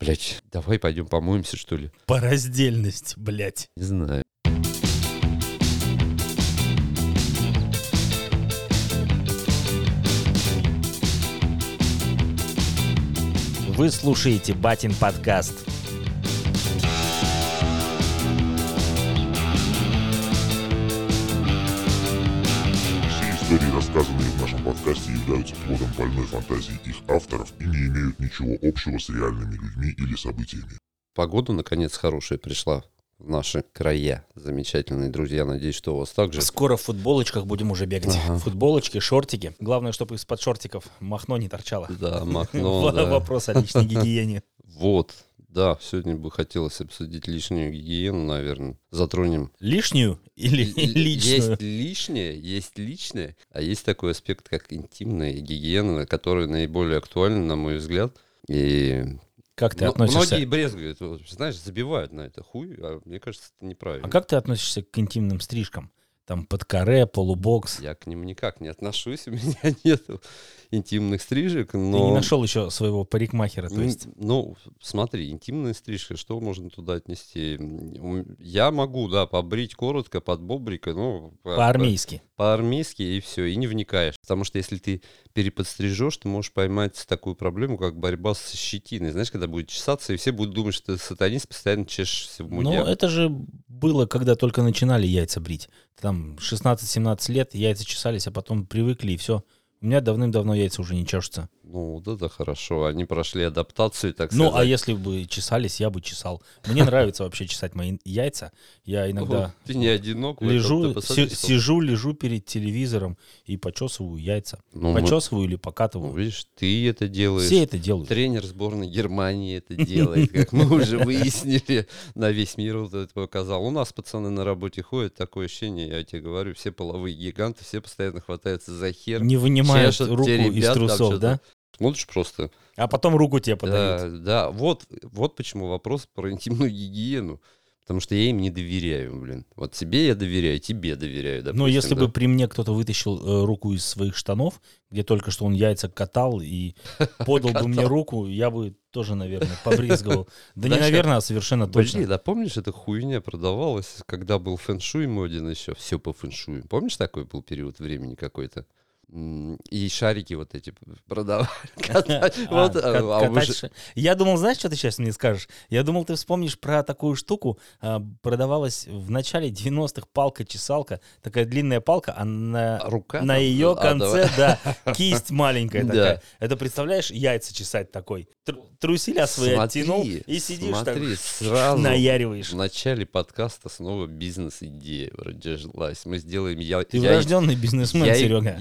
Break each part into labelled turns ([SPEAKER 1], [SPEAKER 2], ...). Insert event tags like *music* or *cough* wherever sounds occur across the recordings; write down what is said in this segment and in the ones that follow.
[SPEAKER 1] Блять, давай пойдем помоемся, что ли?
[SPEAKER 2] По раздельность, блядь.
[SPEAKER 1] Не знаю.
[SPEAKER 3] Вы слушаете Батин подкаст.
[SPEAKER 4] Все истории, рассказанные в нашем подкасте, являются плодом больной фантазии их авторов и не имеют ничего общего с реальными людьми или событиями.
[SPEAKER 1] Погода, наконец, хорошая пришла в наши края. Замечательные друзья. Надеюсь, что у вас также.
[SPEAKER 3] Скоро в футболочках будем уже бегать.
[SPEAKER 1] Ага.
[SPEAKER 3] Футболочки, шортики. Главное, чтобы из-под шортиков махно не торчало. *laughs*
[SPEAKER 1] Да, махно,
[SPEAKER 3] В-
[SPEAKER 1] Ну да.
[SPEAKER 3] Вопрос о личной гигиене.
[SPEAKER 1] Вот, да, сегодня бы хотелось обсудить лишнюю гигиену, наверное. Затронем.
[SPEAKER 3] Лишнюю или
[SPEAKER 1] Л- л-
[SPEAKER 3] личную?
[SPEAKER 1] Есть лишнее, есть личное, а есть такой аспект, как интимная гигиена, который наиболее актуален, на мой взгляд. И
[SPEAKER 3] Как ты
[SPEAKER 1] мно-
[SPEAKER 3] относишься?
[SPEAKER 1] многие брезгуют, вот, знаешь, забивают на это хуй, а мне кажется, это неправильно.
[SPEAKER 3] А как ты относишься к интимным стрижкам? Там под каре, полубокс.
[SPEAKER 1] Я к ним никак не отношусь, *laughs* у меня нет интимных стрижек,
[SPEAKER 3] Ты не
[SPEAKER 1] но...
[SPEAKER 3] нашел еще своего парикмахера, то
[SPEAKER 1] Ин-
[SPEAKER 3] есть.
[SPEAKER 1] Ну, смотри, интимная стрижка, что можно туда отнести? М, Я могу, да, побрить коротко под бобрика, ну... по-
[SPEAKER 3] По-армейски.
[SPEAKER 1] По-армейски, и все, и не вникаешь. Потому что если ты переподстрижешь, ты можешь поймать такую проблему, как борьба со щетиной. Знаешь, когда будет чесаться, и все будут думать, что ты сатанист, постоянно чешешься в
[SPEAKER 3] Ну,
[SPEAKER 1] мудях.
[SPEAKER 3] это же было, когда только начинали яйца брить. Там 16-17 лет яйца чесались, а потом привыкли, и все. У меня давным-давно яйца уже не чешутся.
[SPEAKER 1] Ну, да, да, хорошо, они прошли адаптацию, так
[SPEAKER 3] Ну, а
[SPEAKER 1] сказать.
[SPEAKER 3] если бы чесались, я бы чесал. Мне нравится вообще чесать мои яйца. Я иногда
[SPEAKER 1] Ты не одинок. в этом, ты
[SPEAKER 3] лежу,
[SPEAKER 1] посмотри,
[SPEAKER 3] си-
[SPEAKER 1] сколько-
[SPEAKER 3] сижу, лежу перед телевизором и почесываю яйца.
[SPEAKER 1] Ну, мы-
[SPEAKER 3] Почесываю или
[SPEAKER 1] ну,
[SPEAKER 3] покатываю.
[SPEAKER 1] видишь, ты это делаешь.
[SPEAKER 3] Все это
[SPEAKER 1] *laughs*
[SPEAKER 3] делают.
[SPEAKER 1] Тренер сборной Германии
[SPEAKER 3] *laughs*
[SPEAKER 1] это делает, как мы уже выяснили, *laughs* на весь мир вот это показал. У нас пацаны на работе ходят, такое ощущение, я тебе говорю, все половые гиганты, все постоянно хватаются за хер.
[SPEAKER 3] Не вынимают
[SPEAKER 1] чешут те
[SPEAKER 3] руку из
[SPEAKER 1] ребят там
[SPEAKER 3] трусов,
[SPEAKER 1] что-то.
[SPEAKER 3] да?
[SPEAKER 1] Смотришь просто.
[SPEAKER 3] А потом руку тебе подают.
[SPEAKER 1] Да, да, вот, вот почему вопрос про интимную гигиену. Потому что я им не доверяю, блин. Вот тебе я доверяю, тебе доверяю, допустим.
[SPEAKER 3] Но если
[SPEAKER 1] да.
[SPEAKER 3] бы при мне кто-то вытащил э, руку из своих штанов, где только что он яйца катал
[SPEAKER 1] *laughs*
[SPEAKER 3] и подал бы мне руку, я бы тоже, наверное,
[SPEAKER 1] *laughs*
[SPEAKER 3] побрезговал. Да не
[SPEAKER 1] Дальше.
[SPEAKER 3] наверное, а совершенно
[SPEAKER 1] Блин,
[SPEAKER 3] точно.
[SPEAKER 1] да помнишь, эта хуйня продавалась, когда был фэншуй моден еще, все по фэншую. Помнишь, такой был период времени какой-то? М, И шарики вот эти продавали. *laughs* катать.
[SPEAKER 3] А,
[SPEAKER 1] Вот, э,
[SPEAKER 3] кат-
[SPEAKER 1] а
[SPEAKER 3] катать
[SPEAKER 1] уже-
[SPEAKER 3] ш- Я думал, знаешь, что ты сейчас мне скажешь? Я думал, ты вспомнишь про такую штуку. а, Продавалась в начале 90-х палка-чесалка. Такая длинная палка, а на
[SPEAKER 1] а Рука.
[SPEAKER 3] на
[SPEAKER 1] там,
[SPEAKER 3] ее
[SPEAKER 1] а, давай.
[SPEAKER 3] конце,
[SPEAKER 1] *laughs*
[SPEAKER 3] да, кисть маленькая
[SPEAKER 1] Да.
[SPEAKER 3] такая. Это представляешь, яйца чесать такой. Тру- Труселя свои
[SPEAKER 1] Смотри,
[SPEAKER 3] оттянул и сидишь так,
[SPEAKER 1] смотри, сразу
[SPEAKER 3] наяриваешь.
[SPEAKER 1] В начале подкаста снова бизнес-идея родилась. Мы сделаем я...
[SPEAKER 3] Ты
[SPEAKER 1] яй-
[SPEAKER 3] врожденный бизнесмен,
[SPEAKER 1] яй-
[SPEAKER 3] Серега.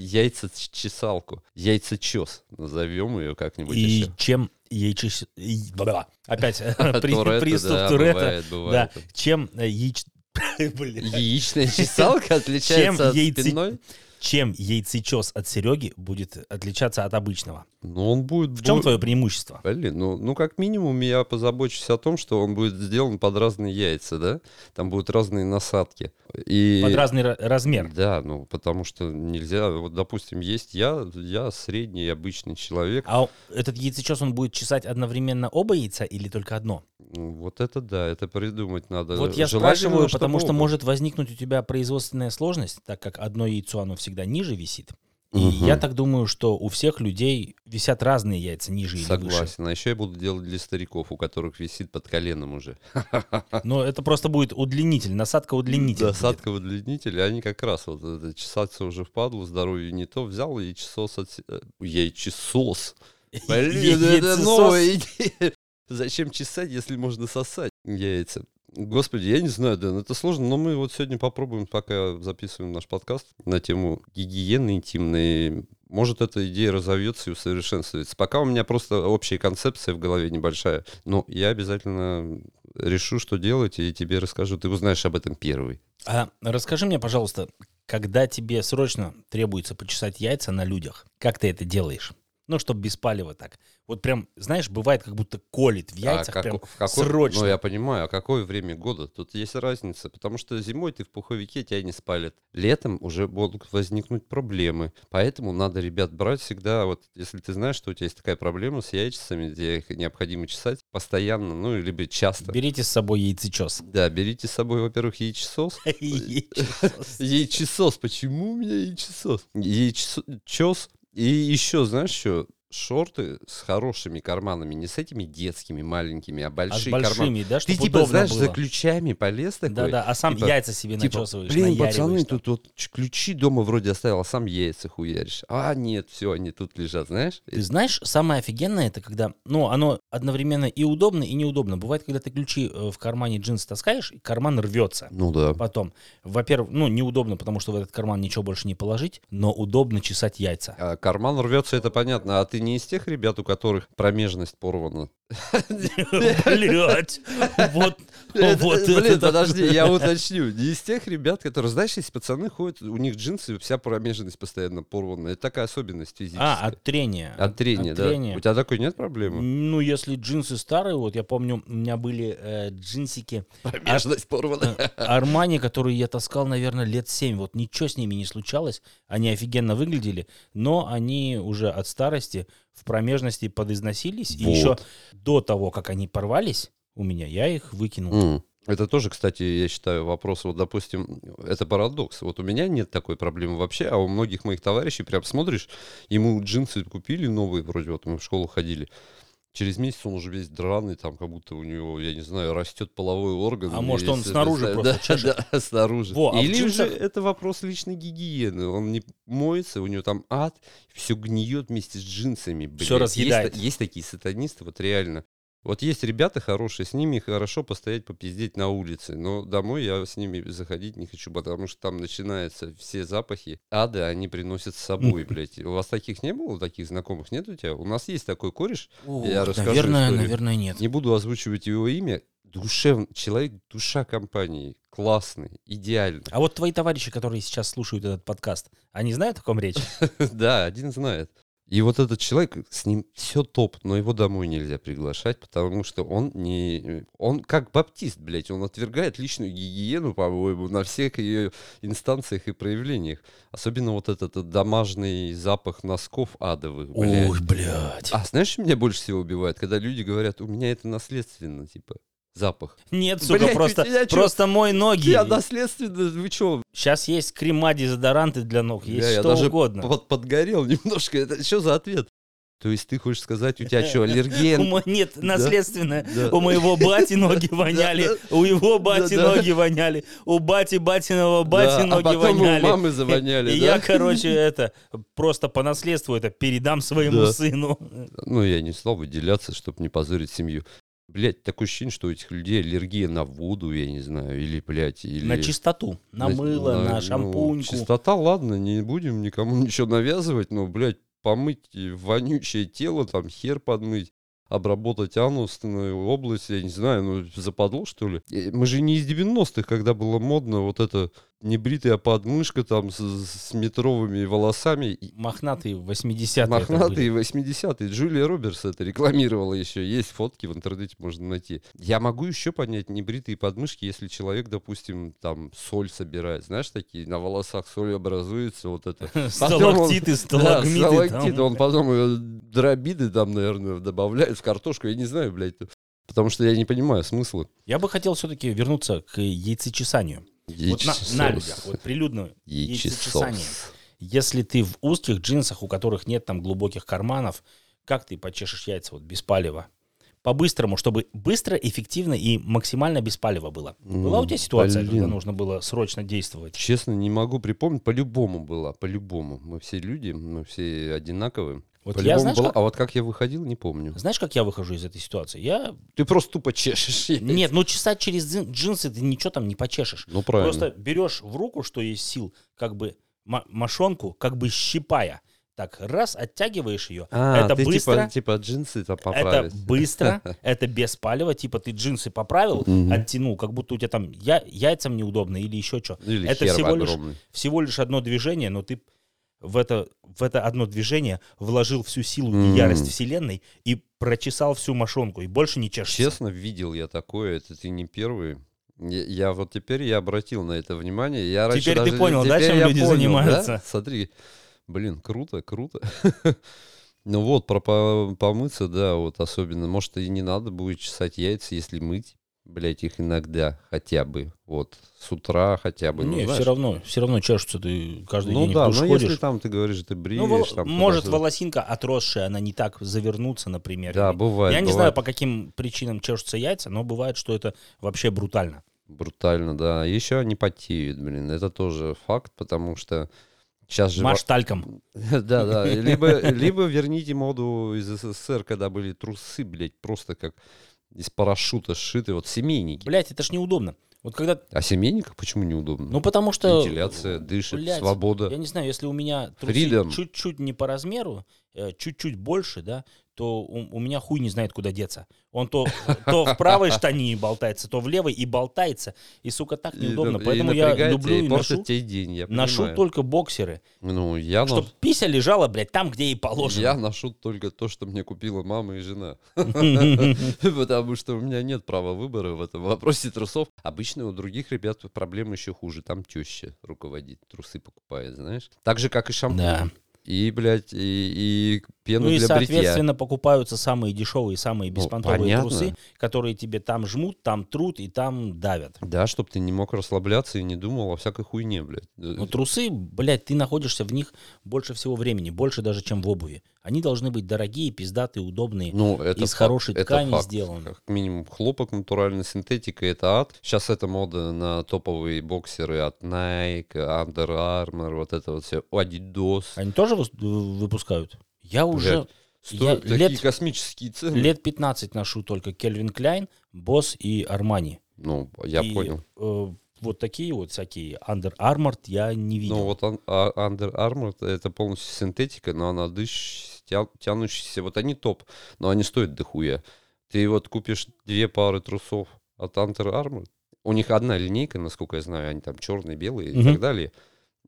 [SPEAKER 1] Яйца-чесалку. Яйца-чес. Назовем ее как-нибудь
[SPEAKER 3] И
[SPEAKER 1] еще.
[SPEAKER 3] чем яйчес... и- бла-бла.
[SPEAKER 1] *laughs*
[SPEAKER 3] Опять *laughs* при-
[SPEAKER 1] Туретта,
[SPEAKER 3] приступ
[SPEAKER 1] да,
[SPEAKER 3] Туретта.
[SPEAKER 1] бывает,
[SPEAKER 3] Да,
[SPEAKER 1] бывает.
[SPEAKER 3] чем э, яич... *laughs* Бля.
[SPEAKER 1] Яичная чесалка отличается от
[SPEAKER 3] яйци-
[SPEAKER 1] спинной?
[SPEAKER 3] Чем яйцечес от Сереги будет отличаться от обычного?
[SPEAKER 1] Ну, он будет...
[SPEAKER 3] В чем
[SPEAKER 1] бо-
[SPEAKER 3] твое преимущество?
[SPEAKER 1] Блин, ну, ну, как минимум, я позабочусь о том, что он будет сделан под разные яйца, да? Там будут разные насадки. И...
[SPEAKER 3] Под разный ра- размер.
[SPEAKER 1] Да, ну, потому что нельзя... Вот, допустим, есть я, я средний обычный человек.
[SPEAKER 3] А этот яйцечес, он будет чесать одновременно оба яйца или только одно?
[SPEAKER 1] Ну, Вот это да, это придумать надо.
[SPEAKER 3] Вот я
[SPEAKER 1] э, Желательно,
[SPEAKER 3] спрашиваю, потому
[SPEAKER 1] чтобы
[SPEAKER 3] что
[SPEAKER 1] оба.
[SPEAKER 3] может возникнуть у тебя производственная сложность, так как одно яйцо, оно всегда ниже висит. И
[SPEAKER 1] Мгм.
[SPEAKER 3] я так думаю, что у всех людей висят разные яйца ниже или выше.
[SPEAKER 1] Согласен. А еще я буду делать для стариков, у которых висит под коленом уже.
[SPEAKER 3] Но это просто будет удлинитель, насадка удлинитель. будет.
[SPEAKER 1] Досадка удлинителя, они как раз вот это, чесаться уже впадло, здоровье не то, взял и чесос от... се- э, Яйчесос.
[SPEAKER 3] *laughs*
[SPEAKER 1] Блин, это
[SPEAKER 3] Яйцесос.
[SPEAKER 1] новая идея. Зачем чесать, если можно сосать яйца? Господи, я не знаю, Дэн, это сложно, но мы вот сегодня попробуем, пока записываем наш подкаст на тему гигиены интимной. Может, эта идея разовьется и усовершенствуется. Пока у меня просто общая концепция в голове небольшая, но я обязательно решу, что делать, и тебе расскажу. Ты узнаешь об этом первый.
[SPEAKER 3] А расскажи мне, пожалуйста, когда тебе срочно требуется почесать яйца на людях, как ты это делаешь? Ну, чтобы без палева так. Вот прям, знаешь, бывает, как будто колет в яйцах.
[SPEAKER 1] А как-
[SPEAKER 3] прям
[SPEAKER 1] в какое-
[SPEAKER 3] срочно.
[SPEAKER 1] Ну, я понимаю, а какое время года? Тут есть разница, потому что зимой ты в пуховике, тебя не спалят. Летом уже будут возникнуть проблемы. Поэтому надо, ребят, брать всегда, вот если ты знаешь, что у тебя есть такая проблема с яичницами, где их необходимо чесать постоянно, ну, либо часто.
[SPEAKER 3] Берите с собой яйцечес. *laughs*
[SPEAKER 1] Да, берите с собой, во-первых, яичесос.
[SPEAKER 3] Яйцечёс.
[SPEAKER 1] Яичесос, почему у меня яичесос? Яичесос. И еще, знаешь, что? Шорты с хорошими карманами, не с этими детскими маленькими, а
[SPEAKER 3] А с
[SPEAKER 1] большие карманы.
[SPEAKER 3] большими, да,
[SPEAKER 1] Ты
[SPEAKER 3] чтобы
[SPEAKER 1] типа,
[SPEAKER 3] удобно
[SPEAKER 1] знаешь, за
[SPEAKER 3] было.
[SPEAKER 1] ключами полез такой.
[SPEAKER 3] Да-да, а сам
[SPEAKER 1] типа-
[SPEAKER 3] яйца себе
[SPEAKER 1] Типа,
[SPEAKER 3] начесываешь,
[SPEAKER 1] блин,
[SPEAKER 3] наяриваешь
[SPEAKER 1] пацаны,
[SPEAKER 3] там.
[SPEAKER 1] тут вот ч- ключи дома вроде оставил, а сам яйца хуяришь. А, нет, все, они тут лежат, знаешь?
[SPEAKER 3] Ты знаешь, самое офигенное, это когда, ну, оно одновременно и удобно, и неудобно. Бывает, когда ты ключи э, в кармане джинс таскаешь, и карман рвется.
[SPEAKER 1] Ну да.
[SPEAKER 3] Потом, во-первых, ну, неудобно, потому что в этот карман ничего больше не положить, но удобно
[SPEAKER 1] *laughs*
[SPEAKER 3] чесать яйца.
[SPEAKER 1] А карман рвется, это понятно. А ты не из тех ребят, у которых промежность порвана?
[SPEAKER 3] Блять, *laughs* вот, вот
[SPEAKER 1] Блин,
[SPEAKER 3] это...
[SPEAKER 1] подожди, я уточню. Не из тех ребят, которые, знаешь, есть пацаны ходят, у них джинсы, вся промежность постоянно порвана. Это такая особенность физическая.
[SPEAKER 3] *laughs* А, от трения.
[SPEAKER 1] От трения, да. У тебя такой нет проблемы?
[SPEAKER 3] Ну, если джинсы старые, вот я помню, у меня были э, джинсики
[SPEAKER 1] Промежность порвана.
[SPEAKER 3] Армани, которые я таскал, наверное, лет 7. Вот ничего с ними не случалось. Они офигенно выглядели, но они уже от старости в промежности подизносились. И
[SPEAKER 1] Вот.
[SPEAKER 3] еще до того, как они порвались у меня, я их выкинул.
[SPEAKER 1] М. Это тоже, кстати, я считаю, вопрос, вот, допустим, это парадокс. Вот у меня нет такой проблемы вообще, а у многих моих товарищей прям смотришь, ему джинсы купили новые вроде, вот мы в школу ходили, через месяц он уже весь драный, там как будто у него, я не знаю, растет половой орган.
[SPEAKER 3] А
[SPEAKER 1] или
[SPEAKER 3] может, он
[SPEAKER 1] если- *laughs*
[SPEAKER 3] снаружи
[SPEAKER 1] да,
[SPEAKER 3] просто чешет?
[SPEAKER 1] Да, снаружи.
[SPEAKER 3] Во, а в
[SPEAKER 1] Или же
[SPEAKER 3] джинсах-
[SPEAKER 1] это вопрос личной гигиены. Он не моется, у него там ад, все гниет вместе с джинсами. блядь.
[SPEAKER 3] Всё разъедает.
[SPEAKER 1] Есть, та- есть такие сатанисты, вот реально. Вот есть ребята хорошие, с ними хорошо постоять, попиздеть на улице, но домой я с ними заходить не хочу, потому что там начинаются все запахи ада, они приносят с собой, блядь. У вас таких не было, таких знакомых нет у тебя? У нас есть такой кореш,
[SPEAKER 3] О,
[SPEAKER 1] Я расскажу
[SPEAKER 3] наверное,
[SPEAKER 1] историю.
[SPEAKER 3] наверное, нет.
[SPEAKER 1] не буду озвучивать его имя, душевный человек, душа компании, классный, идеальный.
[SPEAKER 3] А вот твои товарищи, которые сейчас слушают этот подкаст, они знают, о ком речь?
[SPEAKER 1] *laughs* Да, один знает. И вот этот человек, с ним все топ, но его домой нельзя приглашать, потому что он не... Он как баптист, блядь, он отвергает личную гигиену, по-моему, на всех ее инстанциях и проявлениях. Особенно вот этот э, домашний запах носков адовых, блядь.
[SPEAKER 3] Ой, блядь.
[SPEAKER 1] А знаешь, что меня больше всего убивает? Когда люди говорят, у меня это наследственно, типа, запах.
[SPEAKER 3] Нет, сука,
[SPEAKER 1] Блядь,
[SPEAKER 3] просто,
[SPEAKER 1] у тебя чё?
[SPEAKER 3] просто мой ноги.
[SPEAKER 1] Я наследственно, вы чё,
[SPEAKER 3] Сейчас есть крема, дезодоранты для ног, есть
[SPEAKER 1] Бля, я
[SPEAKER 3] что
[SPEAKER 1] даже
[SPEAKER 3] угодно.
[SPEAKER 1] под- подгорел немножко. *laughs* Это что за ответ? То есть ты хочешь сказать, у тебя что, аллергия?
[SPEAKER 3] У мо- Нет,
[SPEAKER 1] Да.
[SPEAKER 3] наследственное.
[SPEAKER 1] *laughs* Да.
[SPEAKER 3] У моего бати ноги воняли, у его бати
[SPEAKER 1] Да, да.
[SPEAKER 3] ноги воняли, у бати батиного
[SPEAKER 1] Да,
[SPEAKER 3] бати
[SPEAKER 1] а
[SPEAKER 3] ноги
[SPEAKER 1] потом у
[SPEAKER 3] воняли.
[SPEAKER 1] мамы завоняли,
[SPEAKER 3] И
[SPEAKER 1] да?
[SPEAKER 3] я, короче, это просто по наследству это передам своему
[SPEAKER 1] Да.
[SPEAKER 3] сыну.
[SPEAKER 1] *laughs* Ну, я не стал выделяться, чтобы не позорить семью. Блять, такое ощущение, что у этих людей аллергия на воду, я не знаю, или, блядь, или...
[SPEAKER 3] На чистоту, на мыло,
[SPEAKER 1] на-
[SPEAKER 3] на,
[SPEAKER 1] ну,
[SPEAKER 3] шампуньку.
[SPEAKER 1] чистота, ладно, не будем никому *laughs* ничего навязывать, но, блядь, помыть и вонючее тело, там, хер подмыть, обработать анусную область, я не знаю, ну, западло, что ли? Э, Мы же не из 90-х, когда было модно вот это небритая подмышка там с, с метровыми волосами. и
[SPEAKER 3] Мохнатые 80-е. это были. *laughs*
[SPEAKER 1] Мохнатые 80-е. Джулия Робертс это рекламировала еще. Есть фотки в интернете, можно найти. Я могу еще понять небритые подмышки, если человек, допустим, там соль собирает. Знаешь, такие на волосах соль образуется, вот это.
[SPEAKER 3] *laughs*
[SPEAKER 1] *laughs*
[SPEAKER 3] Сталактиты,
[SPEAKER 1] Да,
[SPEAKER 3] сталагмиты.
[SPEAKER 1] сталактит,
[SPEAKER 3] там.
[SPEAKER 1] он потом её дробиды там, наверное, добавляет в картошку. Я не знаю, блядь, потому что я не понимаю смысла.
[SPEAKER 3] Я бы хотел все-таки вернуться к яйцечесанию. Вот на,
[SPEAKER 1] Яичесос.
[SPEAKER 3] на людях, вот прилюдно яйцечесание.
[SPEAKER 1] Яичесос.
[SPEAKER 3] Если ты в узких джинсах, у которых нет там глубоких карманов, как ты почешешь яйца вот без палева? По-быстрому, чтобы быстро, эффективно и максимально без палева было. Была у тебя ситуация,
[SPEAKER 1] Ну, блин.
[SPEAKER 3] когда нужно было срочно действовать?
[SPEAKER 1] Честно, не могу припомнить. По-любому была, по-любому. Мы все люди, мы все одинаковые.
[SPEAKER 3] Вот я,
[SPEAKER 1] По-любому
[SPEAKER 3] знаешь
[SPEAKER 1] была.
[SPEAKER 3] как,
[SPEAKER 1] А вот как я выходил, не помню.
[SPEAKER 3] знаешь, как я выхожу из этой
[SPEAKER 1] *laughs*
[SPEAKER 3] ситуации? Я...
[SPEAKER 1] Ты просто тупо чешешь. яйца.
[SPEAKER 3] Нет, ну чесать через джин- джинсы ты ничего там не почешешь.
[SPEAKER 1] Ну правильно.
[SPEAKER 3] Просто берешь в руку, что есть сил, как бы ма- мошонку, как бы щипая. Так, раз, оттягиваешь ее.
[SPEAKER 1] А,
[SPEAKER 3] это
[SPEAKER 1] ты
[SPEAKER 3] быстро.
[SPEAKER 1] типа, типа джинсы там
[SPEAKER 3] Это
[SPEAKER 1] поправить. *laughs*
[SPEAKER 3] быстро, это без палева, типа ты джинсы поправил,
[SPEAKER 1] Мгм.
[SPEAKER 3] оттянул, как будто у тебя там я, яйцам неудобно или еще что.
[SPEAKER 1] Ну, Или
[SPEAKER 3] это
[SPEAKER 1] хер
[SPEAKER 3] всего лишь-
[SPEAKER 1] огромный.
[SPEAKER 3] Всего лишь одно движение, но ты в это, в это одно движение вложил всю силу
[SPEAKER 1] М.
[SPEAKER 3] и ярость вселенной и прочесал всю мошонку, и больше не чешется.
[SPEAKER 1] Честно, видел я такое, это ты не первый. Я, я вот теперь я обратил на это внимание. Я раньше
[SPEAKER 3] Теперь ты
[SPEAKER 1] даже-
[SPEAKER 3] понял, да,
[SPEAKER 1] теперь
[SPEAKER 3] чем
[SPEAKER 1] я
[SPEAKER 3] люди
[SPEAKER 1] понял,
[SPEAKER 3] занимаются?
[SPEAKER 1] да? Смотри, блин, круто, круто. *laughs* Ну вот, про по- помыться, да, вот особенно. Может, и не надо будет чесать яйца, если мыть, блять, их иногда хотя бы. Вот, с утра хотя бы. ну,
[SPEAKER 3] Не,
[SPEAKER 1] знаешь.
[SPEAKER 3] все равно, все равно чешется, ты каждый
[SPEAKER 1] Ну
[SPEAKER 3] день
[SPEAKER 1] да,
[SPEAKER 3] в душ
[SPEAKER 1] но
[SPEAKER 3] ходишь.
[SPEAKER 1] если там ты говоришь, ты бреешь,
[SPEAKER 3] Ну, вол-
[SPEAKER 1] там
[SPEAKER 3] может,
[SPEAKER 1] туда-сюда.
[SPEAKER 3] волосинка отросшая, она не так завернуться, например.
[SPEAKER 1] Да,
[SPEAKER 3] Или-
[SPEAKER 1] бывает.
[SPEAKER 3] Я не
[SPEAKER 1] бывает.
[SPEAKER 3] знаю, по каким причинам чешутся яйца, но бывает, что это вообще брутально.
[SPEAKER 1] Брутально, да. Еще они потеют, блин. Это тоже факт, потому что сейчас же...
[SPEAKER 3] Маш тальком.
[SPEAKER 1] *laughs* Да,
[SPEAKER 3] *laughs*
[SPEAKER 1] да. Либо, либо верните моду из СССР, когда были трусы, блядь, просто как из парашюта сшиты, вот семейники.
[SPEAKER 3] Блять, это ж неудобно. Вот когда...
[SPEAKER 1] А семейниках почему неудобно?
[SPEAKER 3] Ну, потому что...
[SPEAKER 1] Вентиляция, дышит,
[SPEAKER 3] блядь,
[SPEAKER 1] свобода.
[SPEAKER 3] Я не знаю, если у меня трусы
[SPEAKER 1] Freedom.
[SPEAKER 3] чуть-чуть не по размеру, э, чуть-чуть больше, да, то у, у меня хуй не знает, куда деться. Он то, то в правой штанине болтается, то в левой и болтается. И, сука, так
[SPEAKER 1] И
[SPEAKER 3] неудобно.
[SPEAKER 1] на- и
[SPEAKER 3] Поэтому я
[SPEAKER 1] напрягает
[SPEAKER 3] люблю
[SPEAKER 1] тебя,
[SPEAKER 3] и
[SPEAKER 1] и
[SPEAKER 3] ношу,
[SPEAKER 1] портит тебе день, я
[SPEAKER 3] ношу
[SPEAKER 1] понимаю.
[SPEAKER 3] только боксеры.
[SPEAKER 1] Ну, я,
[SPEAKER 3] Чтоб
[SPEAKER 1] нос-
[SPEAKER 3] пися лежала, блядь, там, где ей положено.
[SPEAKER 1] я ношу только то, что мне купила мама и
[SPEAKER 3] *laughs*
[SPEAKER 1] жена. Потому что у меня нет права выбора в этом вопросе трусов. Обычно у других ребят проблемы еще хуже. Там теща руководит, трусы покупает, знаешь. Так же, как и шампунь.
[SPEAKER 3] Да.
[SPEAKER 1] И, блядь, и, и пену
[SPEAKER 3] Ну и,
[SPEAKER 1] для бритья.
[SPEAKER 3] соответственно, покупаются самые дешевые, самые
[SPEAKER 1] Ну,
[SPEAKER 3] беспонтовые
[SPEAKER 1] понятно.
[SPEAKER 3] трусы, которые тебе там жмут, там трут и там давят.
[SPEAKER 1] Да, чтобы ты не мог расслабляться и не думал о всякой хуйне, блядь.
[SPEAKER 3] Но трусы, блядь, ты находишься в них больше всего времени, больше даже, чем в обуви. Они должны быть дорогие, пиздатые, удобные. *laughs*
[SPEAKER 1] Ну, это
[SPEAKER 3] из
[SPEAKER 1] факт,
[SPEAKER 3] хорошей
[SPEAKER 1] это
[SPEAKER 3] ткани
[SPEAKER 1] факт.
[SPEAKER 3] сделаны.
[SPEAKER 1] Как минимум хлопок, натуральная синтетика, это ад. Сейчас это мода на топовые боксеры от Nike, Under Armour, вот это вот все, Adidas.
[SPEAKER 3] Они тоже выс- э, выпускают? Я уже
[SPEAKER 1] Стоят
[SPEAKER 3] я
[SPEAKER 1] такие
[SPEAKER 3] лет-
[SPEAKER 1] космические цены.
[SPEAKER 3] лет 15 ношу только Кельвин Кляйн, Босс и Армани.
[SPEAKER 1] Ну, я
[SPEAKER 3] И,
[SPEAKER 1] понял.
[SPEAKER 3] э, вот такие вот всякие Under Armour я не видел.
[SPEAKER 1] Ну, вот ан- а- Under Armour — это полностью синтетика, но она дышит, тянущаяся. Вот они топ, но они стоят дохуя. Ты вот купишь две пары трусов от Under Armour. У них одна линейка, насколько я знаю, они там черные, белые и
[SPEAKER 3] Мгм.
[SPEAKER 1] так далее.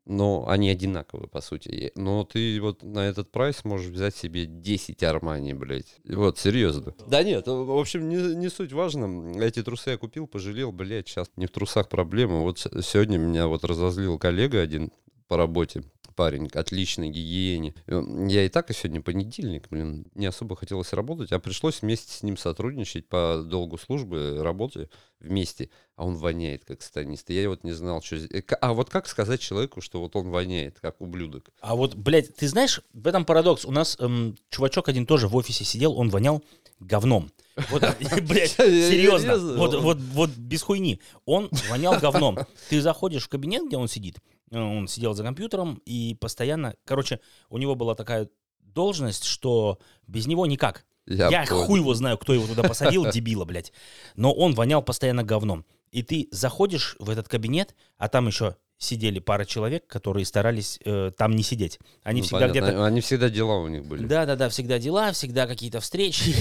[SPEAKER 1] Но они одинаковые, по сути. И- Но ты вот на этот прайс можешь взять себе 10 Армани, блядь. И Вот, серьезно. Да нет, в общем, не, не суть важно. Эти трусы я купил, пожалел, блядь, сейчас не в трусах проблема. Вот с- сегодня меня вот разозлил коллега один по работе парень, отличной гигиене. И он- Я и так, и сегодня понедельник, блин, не особо хотелось работать, а пришлось вместе с ним сотрудничать по долгу службы, работе вместе, а он воняет как станист. И Я вот не знал, что... з- э, к- А вот как сказать человеку, что вот он воняет, как ублюдок?
[SPEAKER 3] А вот, блядь, ты знаешь, в этом парадокс. У нас эм, чувачок один тоже в офисе сидел, он вонял говном. Вот, *laughs* блядь, серьезно.
[SPEAKER 1] Серьезно?
[SPEAKER 3] Вот, вот, вот без хуйни. Он вонял говном. Ты заходишь в кабинет, где он сидит. э, Он сидел за компьютером и постоянно... Короче, у него была такая должность, что без него никак. Я
[SPEAKER 1] понял.
[SPEAKER 3] хуй его знаю, кто его
[SPEAKER 1] *laughs*
[SPEAKER 3] туда посадил, дебила, блядь. Но он вонял постоянно говном. И ты заходишь в этот кабинет, а там еще сидели пара человек, которые старались э, там не сидеть. Они
[SPEAKER 1] Ну,
[SPEAKER 3] всегда
[SPEAKER 1] понятно,
[SPEAKER 3] где-то...
[SPEAKER 1] Они всегда дела у них были.
[SPEAKER 3] Да-да-да, всегда дела, всегда
[SPEAKER 1] *laughs*
[SPEAKER 3] какие-то встречи.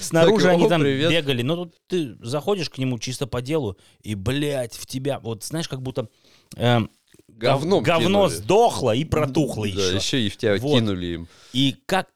[SPEAKER 3] Снаружи
[SPEAKER 1] Так,
[SPEAKER 3] они
[SPEAKER 1] о,
[SPEAKER 3] там
[SPEAKER 1] привет.
[SPEAKER 3] бегали. Но тут ты заходишь к нему чисто по делу, и, блядь, в тебя... Вот знаешь, как будто... э,
[SPEAKER 1] Говном
[SPEAKER 3] Говно
[SPEAKER 1] кинули.
[SPEAKER 3] сдохло и протухло
[SPEAKER 1] Да,
[SPEAKER 3] еще.
[SPEAKER 1] еще и в тебя
[SPEAKER 3] Вот.
[SPEAKER 1] кинули им.
[SPEAKER 3] И как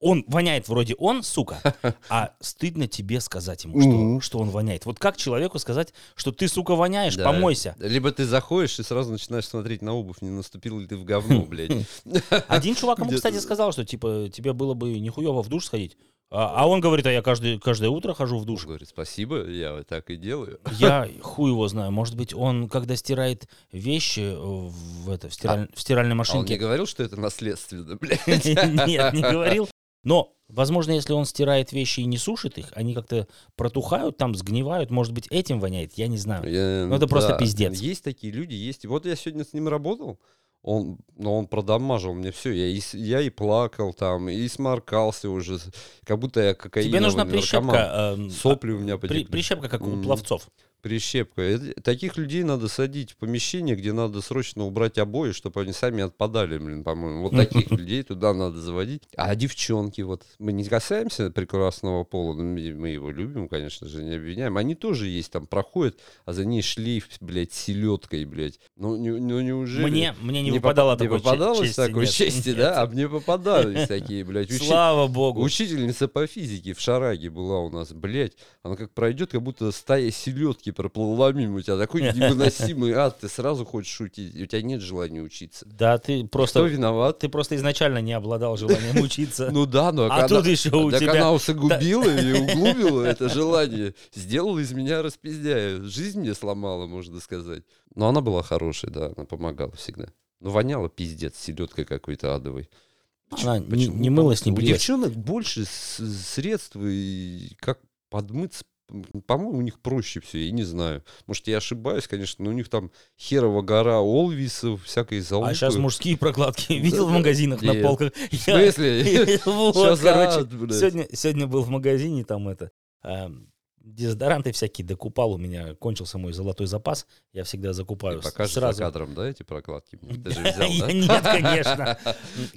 [SPEAKER 3] он воняет вроде он, сука,
[SPEAKER 1] *laughs*
[SPEAKER 3] а стыдно тебе сказать ему, что,
[SPEAKER 1] Мгм.
[SPEAKER 3] что он воняет. Вот как человеку сказать, что ты, сука, воняешь,
[SPEAKER 1] Да. *laughs*
[SPEAKER 3] помойся.
[SPEAKER 1] Либо ты заходишь и сразу начинаешь смотреть на обувь, не наступил ли ты в говно, блядь.
[SPEAKER 3] *laughs* Один чувак ему,
[SPEAKER 1] Где-то-
[SPEAKER 3] кстати, сказал, что типа тебе было бы нихуево в душ сходить. А, а он говорит, а я каждый, каждое утро хожу в душ.
[SPEAKER 1] Говорит, спасибо, я вот так и делаю. *laughs*
[SPEAKER 3] Я хуй его знаю. Может быть, он, когда стирает вещи э, в, это, в, стираль- в стиральной
[SPEAKER 1] А он не
[SPEAKER 3] машинке...
[SPEAKER 1] говорил, что это наследственно, *laughs* блядь?
[SPEAKER 3] *laughs* Нет, не
[SPEAKER 1] *laughs*
[SPEAKER 3] говорил. Но, возможно, если он стирает вещи и не сушит их, они как-то протухают, там сгнивают. Может быть, этим воняет, я не знаю.
[SPEAKER 1] Э,
[SPEAKER 3] Ну, это просто пиздец.
[SPEAKER 1] Есть такие люди, есть. Вот я сегодня с ним работал, он, но он продамажил мне все. Я и, с- я и плакал там, и сморкался уже, с- как будто я кокаиновый
[SPEAKER 3] Тебе нужна
[SPEAKER 1] наркоман.
[SPEAKER 3] прищепка. эм,
[SPEAKER 1] Сопли у меня
[SPEAKER 3] а, при-
[SPEAKER 1] потекли.
[SPEAKER 3] прищепка, как у
[SPEAKER 1] Мгм.
[SPEAKER 3] пловцов.
[SPEAKER 1] прищепка. Это- Таких людей надо садить в помещение, где надо срочно убрать обои, чтобы они сами отпадали, блин, по-моему. Вот таких
[SPEAKER 3] *laughs*
[SPEAKER 1] людей туда надо заводить. А девчонки, вот, мы не касаемся прекрасного пола, но мы мы его любим, конечно же, не обвиняем. Они тоже есть, там проходят, а за ней шлейф, блядь, селедкой, блядь. Ну, не, ну неужели...
[SPEAKER 3] Мне, мне не, выпадало
[SPEAKER 1] поп- не
[SPEAKER 3] такой че-
[SPEAKER 1] попадалось
[SPEAKER 3] чести,
[SPEAKER 1] такой
[SPEAKER 3] нет.
[SPEAKER 1] чести,
[SPEAKER 3] Нет.
[SPEAKER 1] да? А мне попадались такие,
[SPEAKER 3] *laughs*
[SPEAKER 1] блядь. учи-
[SPEAKER 3] Слава богу.
[SPEAKER 1] Учительница по физике в Шараге была у нас, блядь. Она как пройдет, как будто стая селедки проплыла мимо у тебя. Такой
[SPEAKER 3] *laughs*
[SPEAKER 1] невыносимый ад, ты сразу хочешь шутить, и у тебя нет желания учиться.
[SPEAKER 3] Да, ты
[SPEAKER 1] Кто
[SPEAKER 3] просто,
[SPEAKER 1] виноват?
[SPEAKER 3] ты просто изначально не обладал желанием учиться.
[SPEAKER 1] Ну да, но
[SPEAKER 3] А тут еще у
[SPEAKER 1] так
[SPEAKER 3] тебя...
[SPEAKER 1] она усугубила и углубила это желание. Сделала из меня распиздяя. Жизнь мне сломала, можно сказать. Но она была хорошей, да, она помогала всегда. Ну, воняла пиздец селедкой какой-то адовой.
[SPEAKER 3] *laughs* Она не-
[SPEAKER 1] Почему?
[SPEAKER 3] не мылась, не
[SPEAKER 1] У
[SPEAKER 3] брилась.
[SPEAKER 1] девчонок больше с- средств и как подмыться. По-моему, у них проще все, я не знаю. Может, я ошибаюсь, конечно, но у них там херова гора олвисов, всякой залупы.
[SPEAKER 3] А сейчас мужские прокладки *laughs* видел в магазинах на
[SPEAKER 1] Нет. Ну,
[SPEAKER 3] полках. *laughs*
[SPEAKER 1] В *laughs* смысле?
[SPEAKER 3] Вот,
[SPEAKER 1] Сейчас,
[SPEAKER 3] короче,
[SPEAKER 1] да, блядь.
[SPEAKER 3] сегодня, сегодня был в магазине, там это, а, дезодоранты всякие докупал, у меня кончился мой золотой запас, я всегда
[SPEAKER 1] Ты
[SPEAKER 3] закупаю с-
[SPEAKER 1] покажешь за
[SPEAKER 3] сразу.
[SPEAKER 1] кадром, да, эти прокладки? мне? Ты же взял,
[SPEAKER 3] *laughs*
[SPEAKER 1] да? Ну,
[SPEAKER 3] Я- Нет, конечно.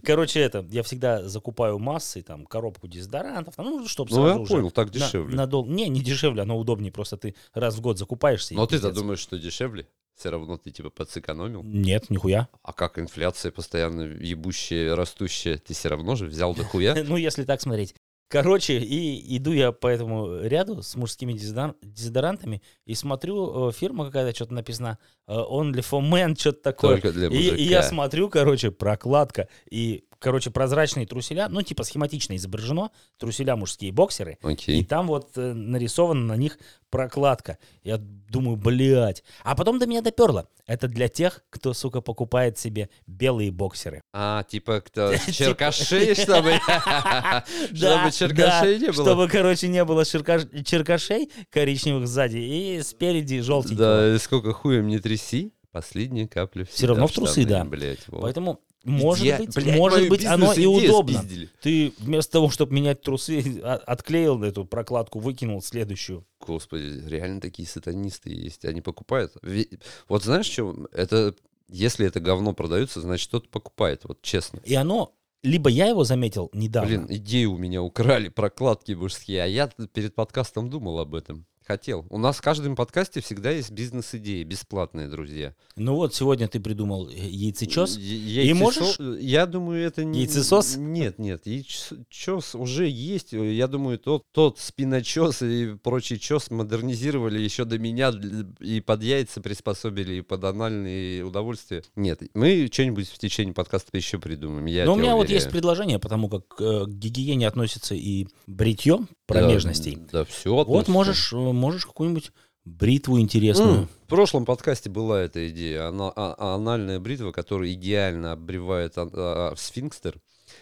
[SPEAKER 3] Короче, это, я всегда закупаю массы, там, коробку дезодорантов, там, ну, чтобы
[SPEAKER 1] Ну,
[SPEAKER 3] сразу
[SPEAKER 1] я
[SPEAKER 3] уже
[SPEAKER 1] понял, так
[SPEAKER 3] на-
[SPEAKER 1] дешевле.
[SPEAKER 3] надол- Не, не дешевле, оно удобнее, просто ты раз в год закупаешься. и
[SPEAKER 1] Но ты-то
[SPEAKER 3] пиздец.
[SPEAKER 1] думаешь, что дешевле? Все равно ты типа подсэкономил.
[SPEAKER 3] Нет, нихуя.
[SPEAKER 1] А как инфляция постоянно ебущая, растущая, ты все равно же взял дохуя?
[SPEAKER 3] *laughs* Ну, если так смотреть. Короче, и иду я по этому ряду с мужскими дезодор- дезодорантами и смотрю, э, фирма какая-то что-то написана, э, Only for Men, что-то такое.
[SPEAKER 1] Только для
[SPEAKER 3] И- и, я
[SPEAKER 1] мужика.
[SPEAKER 3] смотрю, короче, прокладка и, короче, прозрачные труселя, ну, типа схематично изображено, труселя мужские боксеры, и
[SPEAKER 1] Окей.
[SPEAKER 3] там вот э, нарисована на них прокладка. Я думаю, блядь. А потом до меня доперло. Это для тех, кто, сука, покупает себе белые боксеры.
[SPEAKER 1] А, типа, кто,
[SPEAKER 3] *laughs* Типа-
[SPEAKER 1] черкашей, чтобы...
[SPEAKER 3] *laughs* Да,
[SPEAKER 1] *laughs* Чтобы черкашей
[SPEAKER 3] да,
[SPEAKER 1] не было.
[SPEAKER 3] Чтобы, короче, не было черкаш- черкашей коричневых сзади и спереди желтенького.
[SPEAKER 1] Да, и сколько хуем не тряси, последняя капля всегда
[SPEAKER 3] равно в
[SPEAKER 1] штаны,
[SPEAKER 3] трусы, да.
[SPEAKER 1] Блядь, вот.
[SPEAKER 3] Поэтому, может
[SPEAKER 1] Я-
[SPEAKER 3] быть,
[SPEAKER 1] блядь,
[SPEAKER 3] может
[SPEAKER 1] мою
[SPEAKER 3] быть, оно и
[SPEAKER 1] бизнес-идею
[SPEAKER 3] удобно.
[SPEAKER 1] спиздили.
[SPEAKER 3] Ты вместо того, чтобы менять трусы, а- отклеил эту прокладку, выкинул следующую.
[SPEAKER 1] Господи, реально такие сатанисты есть. Они покупают. Ви- Вот знаешь, что? Это если это говно продается, значит, кто-то покупает. Вот честно.
[SPEAKER 3] И оно, либо я его заметил недавно,
[SPEAKER 1] Блин, идею у меня украли, прокладки мужские. А я перед подкастом думал об этом. Хотел. У нас в каждом подкасте всегда есть бизнес-идеи, бесплатные, друзья.
[SPEAKER 3] ну вот сегодня ты придумал э, яйцечес,
[SPEAKER 1] Е-
[SPEAKER 3] И
[SPEAKER 1] яйцесо-
[SPEAKER 3] можешь-
[SPEAKER 1] Я думаю, это не...
[SPEAKER 3] Яйцесос?
[SPEAKER 1] Нет, нет, яйцесос уже есть. Э, Я думаю, тот, тот спиночес и прочий чес модернизировали еще до меня для- и под яйца приспособили, и под анальные удовольствия. Нет, мы что-нибудь в течение подкаста еще придумаем. Я
[SPEAKER 3] Но у
[SPEAKER 1] тебя
[SPEAKER 3] меня вот
[SPEAKER 1] уверяю.
[SPEAKER 3] есть предложение, потому как э, к гигиене относится и бритье
[SPEAKER 1] Да,
[SPEAKER 3] промежностей.
[SPEAKER 1] Да, все
[SPEAKER 3] вот можешь, э, можешь какую-нибудь бритву интересную.
[SPEAKER 1] М, В прошлом подкасте была эта идея. Ана- а- а- анальная бритва, которая идеально обревает ан- а, а, сфинкстер.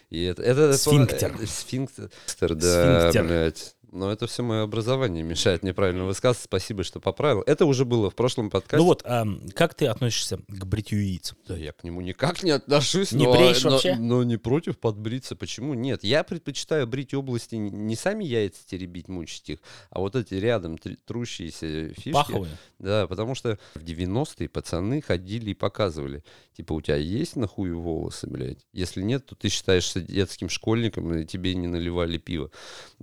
[SPEAKER 1] И это, это- это-
[SPEAKER 3] Сфинктер.
[SPEAKER 1] э, сфинктер, да,
[SPEAKER 3] Сфинктер.
[SPEAKER 1] блядь. Но это все мое образование мешает неправильно высказываться. Спасибо, что поправил. Это уже было в прошлом подкасте.
[SPEAKER 3] Ну вот, ам, как ты относишься к бритью яиц?
[SPEAKER 1] Да я к нему никак не отношусь.
[SPEAKER 3] Не
[SPEAKER 1] но,
[SPEAKER 3] бреешь
[SPEAKER 1] но-
[SPEAKER 3] вообще?
[SPEAKER 1] Но не против подбриться. Почему нет? Я предпочитаю брить области не- не сами яйца теребить, мучить их, а вот эти рядом тр- трущиеся фишки.
[SPEAKER 3] Паховые?
[SPEAKER 1] Да, потому что в 90-е пацаны ходили и показывали. Типа, у тебя есть на хую волосы, блядь? Если нет, то ты считаешься детским школьником, и тебе не наливали пиво.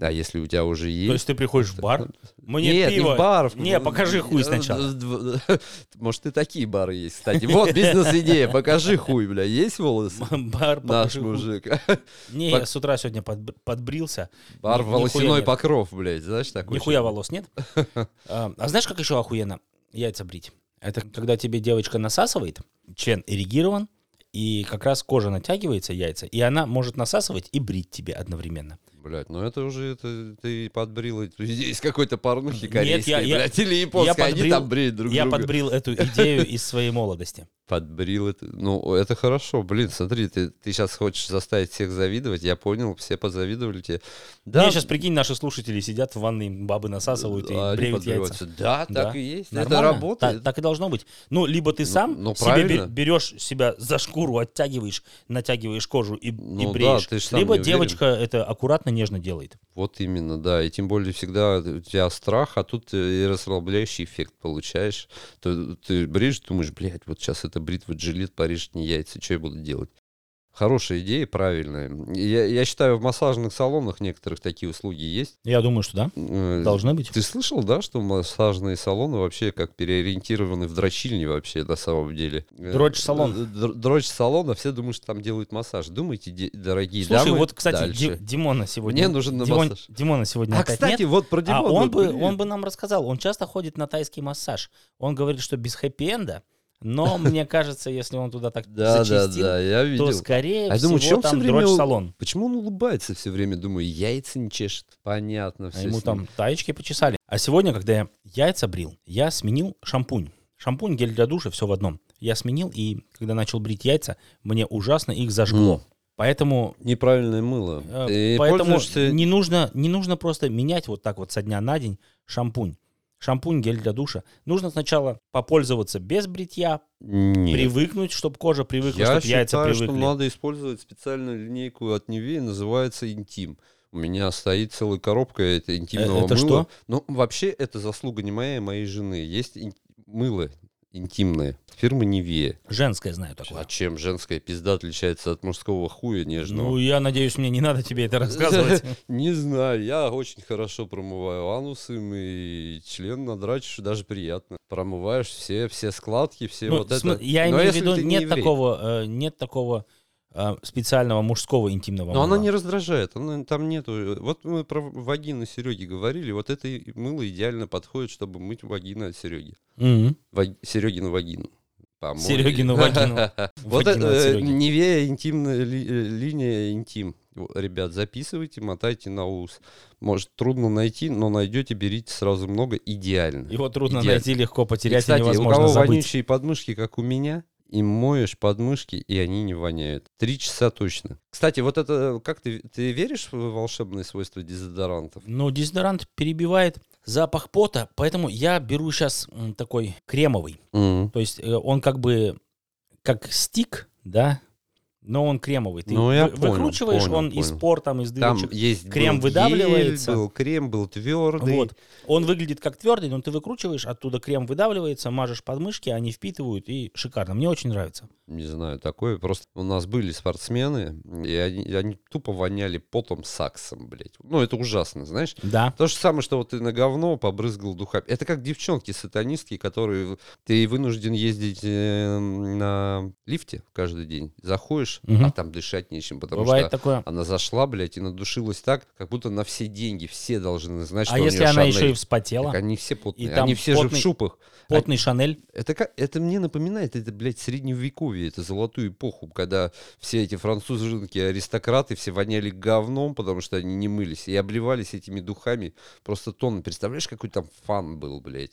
[SPEAKER 1] А если у тебя уже есть...
[SPEAKER 3] То есть ты приходишь в бар? Мне
[SPEAKER 1] Нет,
[SPEAKER 3] пиво.
[SPEAKER 1] не в бар.
[SPEAKER 3] Не, покажи хуй сначала.
[SPEAKER 1] *laughs* Может, и такие бары есть, кстати. Вот бизнес-идея. Покажи хуй, бля. Есть волосы?
[SPEAKER 3] *laughs* Бар,
[SPEAKER 1] Наш
[SPEAKER 3] покажи.
[SPEAKER 1] мужик. *laughs*
[SPEAKER 3] Не, я с утра сегодня подбр- подбрился.
[SPEAKER 1] Бар
[SPEAKER 3] Нихуя
[SPEAKER 1] волосяной
[SPEAKER 3] нет.
[SPEAKER 1] покров, блядь. Знаешь, такой.
[SPEAKER 3] Нихуя
[SPEAKER 1] *laughs*
[SPEAKER 3] волос нет. А а знаешь, как еще охуенно яйца брить? Это когда тебе девочка насасывает, член эрегирован, и как раз кожа натягивается, яйца, и она может насасывать и брить тебе одновременно.
[SPEAKER 1] Блядь, ну это уже это, ты подбрил эти- Здесь какой-то порнухи
[SPEAKER 3] Нет,
[SPEAKER 1] корейской,
[SPEAKER 3] я- я-
[SPEAKER 1] блядь, или японской. Они
[SPEAKER 3] подбрил-
[SPEAKER 1] там бреют друг
[SPEAKER 3] Я
[SPEAKER 1] друга.
[SPEAKER 3] подбрил
[SPEAKER 1] *laughs*
[SPEAKER 3] эту идею из своей молодости.
[SPEAKER 1] Подбрил это. Ну, это хорошо. Блин, смотри, ты, ты сейчас хочешь заставить всех завидовать. Я понял, все позавидовали тебе. Да,
[SPEAKER 3] Не, сейчас прикинь, наши слушатели сидят в ванной, бабы насасывают и
[SPEAKER 1] а, они
[SPEAKER 3] бреют яйца.
[SPEAKER 1] подбиваются. Да, так
[SPEAKER 3] Да.
[SPEAKER 1] и есть. Это
[SPEAKER 3] Нормально. Та-
[SPEAKER 1] работает.
[SPEAKER 3] Так, и должно быть. Ну, либо ты
[SPEAKER 1] Ну-
[SPEAKER 3] сам
[SPEAKER 1] ну,
[SPEAKER 3] себе бе-
[SPEAKER 1] правильно.
[SPEAKER 3] берешь себя за шкуру, оттягиваешь, натягиваешь кожу и, и
[SPEAKER 1] Ну да,
[SPEAKER 3] бреешь.
[SPEAKER 1] ты ж сам
[SPEAKER 3] либо
[SPEAKER 1] не уверен.
[SPEAKER 3] девочка это аккуратно ужасно нежно делает.
[SPEAKER 1] Вот именно, да. И тем более всегда у тебя страх, а тут э, и расслабляющий эффект получаешь. То, ты бришь, думаешь, блядь, вот сейчас эта бритва джилет порежет мне яйца, что я буду делать? Хорошая идея, правильная. Я, я считаю, в массажных салонах некоторых такие услуги есть.
[SPEAKER 3] Я думаю, что да.
[SPEAKER 1] Э,
[SPEAKER 3] Должны быть.
[SPEAKER 1] Ты слышал, да, что массажные салоны вообще как переориентированы в дрочильни вообще на самом деле? Э,
[SPEAKER 3] Дрочь-салон.
[SPEAKER 1] э, др- Дрочь-салон, а все думают, что там делают массаж. Думайте, де- дорогие
[SPEAKER 3] Слушай,
[SPEAKER 1] дамы,
[SPEAKER 3] вот, кстати,
[SPEAKER 1] дальше.
[SPEAKER 3] Ди- Димона сегодня...
[SPEAKER 1] Мне нужен на
[SPEAKER 3] Димон-
[SPEAKER 1] массаж.
[SPEAKER 3] Димона сегодня
[SPEAKER 1] А,
[SPEAKER 3] опять
[SPEAKER 1] кстати,
[SPEAKER 3] нет.
[SPEAKER 1] вот про
[SPEAKER 3] А
[SPEAKER 1] Димона.
[SPEAKER 3] он бы,
[SPEAKER 1] блин.
[SPEAKER 3] он бы нам рассказал. Он часто ходит на тайский массаж. Он говорит, что без хэппи-энда.
[SPEAKER 1] *laughs*
[SPEAKER 3] Но мне кажется, если он туда так
[SPEAKER 1] Да, да,
[SPEAKER 3] зачастил,
[SPEAKER 1] да, я видел.
[SPEAKER 3] то скорее
[SPEAKER 1] А я думаю, чё
[SPEAKER 3] всего
[SPEAKER 1] он всё
[SPEAKER 3] там
[SPEAKER 1] время
[SPEAKER 3] дрочь-салон.
[SPEAKER 1] Почему он улыбается все время? Думаю, яйца не чешет. Понятно.
[SPEAKER 3] А
[SPEAKER 1] Все
[SPEAKER 3] ему там таечки почесали. А сегодня, когда я яйца брил, я сменил шампунь. Шампунь, гель для душа, все в одном. Я сменил, и когда начал брить яйца, мне ужасно их зажгло. Поэтому
[SPEAKER 1] Неправильное мыло.
[SPEAKER 3] Э,
[SPEAKER 1] Ну. Ты
[SPEAKER 3] Поэтому
[SPEAKER 1] пользуешься-
[SPEAKER 3] не, нужно, не нужно просто менять вот так вот со дня на день шампунь. Шампунь, гель для душа. Нужно сначала попользоваться без бритья,
[SPEAKER 1] Нет.
[SPEAKER 3] привыкнуть, чтобы кожа привыкла,
[SPEAKER 1] Я
[SPEAKER 3] чтобы
[SPEAKER 1] считаю,
[SPEAKER 3] ну, яйца
[SPEAKER 1] что
[SPEAKER 3] привыкли.
[SPEAKER 1] надо использовать специальную линейку от Невея, называется «Интим». У меня стоит целая коробка это интимного
[SPEAKER 3] это
[SPEAKER 1] мыла.
[SPEAKER 3] что?
[SPEAKER 1] Ну, вообще, это заслуга не моя, а моей жены. Есть ин- мыло интимное фирмы Невея.
[SPEAKER 3] Женское знаю такое.
[SPEAKER 1] А чем женская пизда отличается от мужского хуя нежного?
[SPEAKER 3] Ну, я надеюсь, мне не
[SPEAKER 1] *laughs*
[SPEAKER 3] надо тебе это рассказывать.
[SPEAKER 1] Не знаю, я очень хорошо промываю анус им и член надрачишь, даже приятно. Промываешь все, все складки, все
[SPEAKER 3] Ну,
[SPEAKER 1] вот
[SPEAKER 3] см-
[SPEAKER 1] это.
[SPEAKER 3] Я
[SPEAKER 1] Но
[SPEAKER 3] имею в
[SPEAKER 1] если
[SPEAKER 3] виду,
[SPEAKER 1] ты не
[SPEAKER 3] нет
[SPEAKER 1] еврей.
[SPEAKER 3] такого, э, нет такого э, специального мужского интимного
[SPEAKER 1] Но она
[SPEAKER 3] мыла.
[SPEAKER 1] не раздражает, она, там нету... Вот мы про вагину Сереги говорили, вот это и- мыло идеально подходит, чтобы мыть вагину от Сереги.
[SPEAKER 3] Мгм.
[SPEAKER 1] Ваг... Серегину вагину. Помои. *laughs*
[SPEAKER 3] Серегину вагину.
[SPEAKER 1] Вот
[SPEAKER 3] Вагину от
[SPEAKER 1] это, э,
[SPEAKER 3] Сереги.
[SPEAKER 1] Невея интимная ли- э, линия интим. Во, Ребят, записывайте, мотайте на ус. Может, трудно найти, но найдете, берите сразу много, идеально.
[SPEAKER 3] Его трудно
[SPEAKER 1] Идеально.
[SPEAKER 3] найти, легко
[SPEAKER 1] И,
[SPEAKER 3] потерять, и
[SPEAKER 1] кстати, у
[SPEAKER 3] невозможно
[SPEAKER 1] кого
[SPEAKER 3] забыть.
[SPEAKER 1] вонючие подмышки, как у меня, и моешь подмышки, и они не воняют. Три часа точно. Кстати, вот это, как ты, ты веришь в волшебные свойства дезодорантов?
[SPEAKER 3] Но Ну, дезодорант перебивает запах пота, поэтому я беру сейчас такой кремовый.
[SPEAKER 1] Мгм.
[SPEAKER 3] То есть э, он как бы как стик, да, но он кремовый. Ты
[SPEAKER 1] Ну, я
[SPEAKER 3] вы-
[SPEAKER 1] понял,
[SPEAKER 3] выкручиваешь,
[SPEAKER 1] понял,
[SPEAKER 3] он из
[SPEAKER 1] понял.
[SPEAKER 3] пор, там, из
[SPEAKER 1] Там
[SPEAKER 3] дырочек.
[SPEAKER 1] есть был
[SPEAKER 3] крем
[SPEAKER 1] гель,
[SPEAKER 3] выдавливается.
[SPEAKER 1] был крем, был твердый.
[SPEAKER 3] Вот. Он выглядит как твердый, но ты выкручиваешь, оттуда крем выдавливается, мажешь подмышки, они впитывают, и шикарно. Мне очень нравится.
[SPEAKER 1] Не знаю, такое. Просто у нас были спортсмены, и они, они тупо воняли потом саксом, блядь. Ну, это ужасно, знаешь?
[SPEAKER 3] Да.
[SPEAKER 1] То же самое, что вот ты на говно побрызгал духами. Это как девчонки-сатанистки, которые ты вынужден ездить э, на лифте каждый день. Заходишь,
[SPEAKER 3] Мгм.
[SPEAKER 1] а там дышать нечем, потому
[SPEAKER 3] Бывает
[SPEAKER 1] что а,
[SPEAKER 3] такое.
[SPEAKER 1] она зашла, блядь, и надушилась так, как будто на все деньги все должны знать, что
[SPEAKER 3] а
[SPEAKER 1] у
[SPEAKER 3] если
[SPEAKER 1] неё
[SPEAKER 3] она
[SPEAKER 1] Шанель.
[SPEAKER 3] еще и
[SPEAKER 1] Так
[SPEAKER 3] вспотела,
[SPEAKER 1] они все потные,
[SPEAKER 3] там
[SPEAKER 1] они все же в
[SPEAKER 3] потный-
[SPEAKER 1] шупах.
[SPEAKER 3] потный Шанель,
[SPEAKER 1] Это, как, это мне напоминает, это, блядь, средневековье, это золотую эпоху, когда все эти француженки, аристократы, все воняли говном, потому что они не мылись, и обливались этими духами просто тонны. Представляешь, какой там фан был, блядь?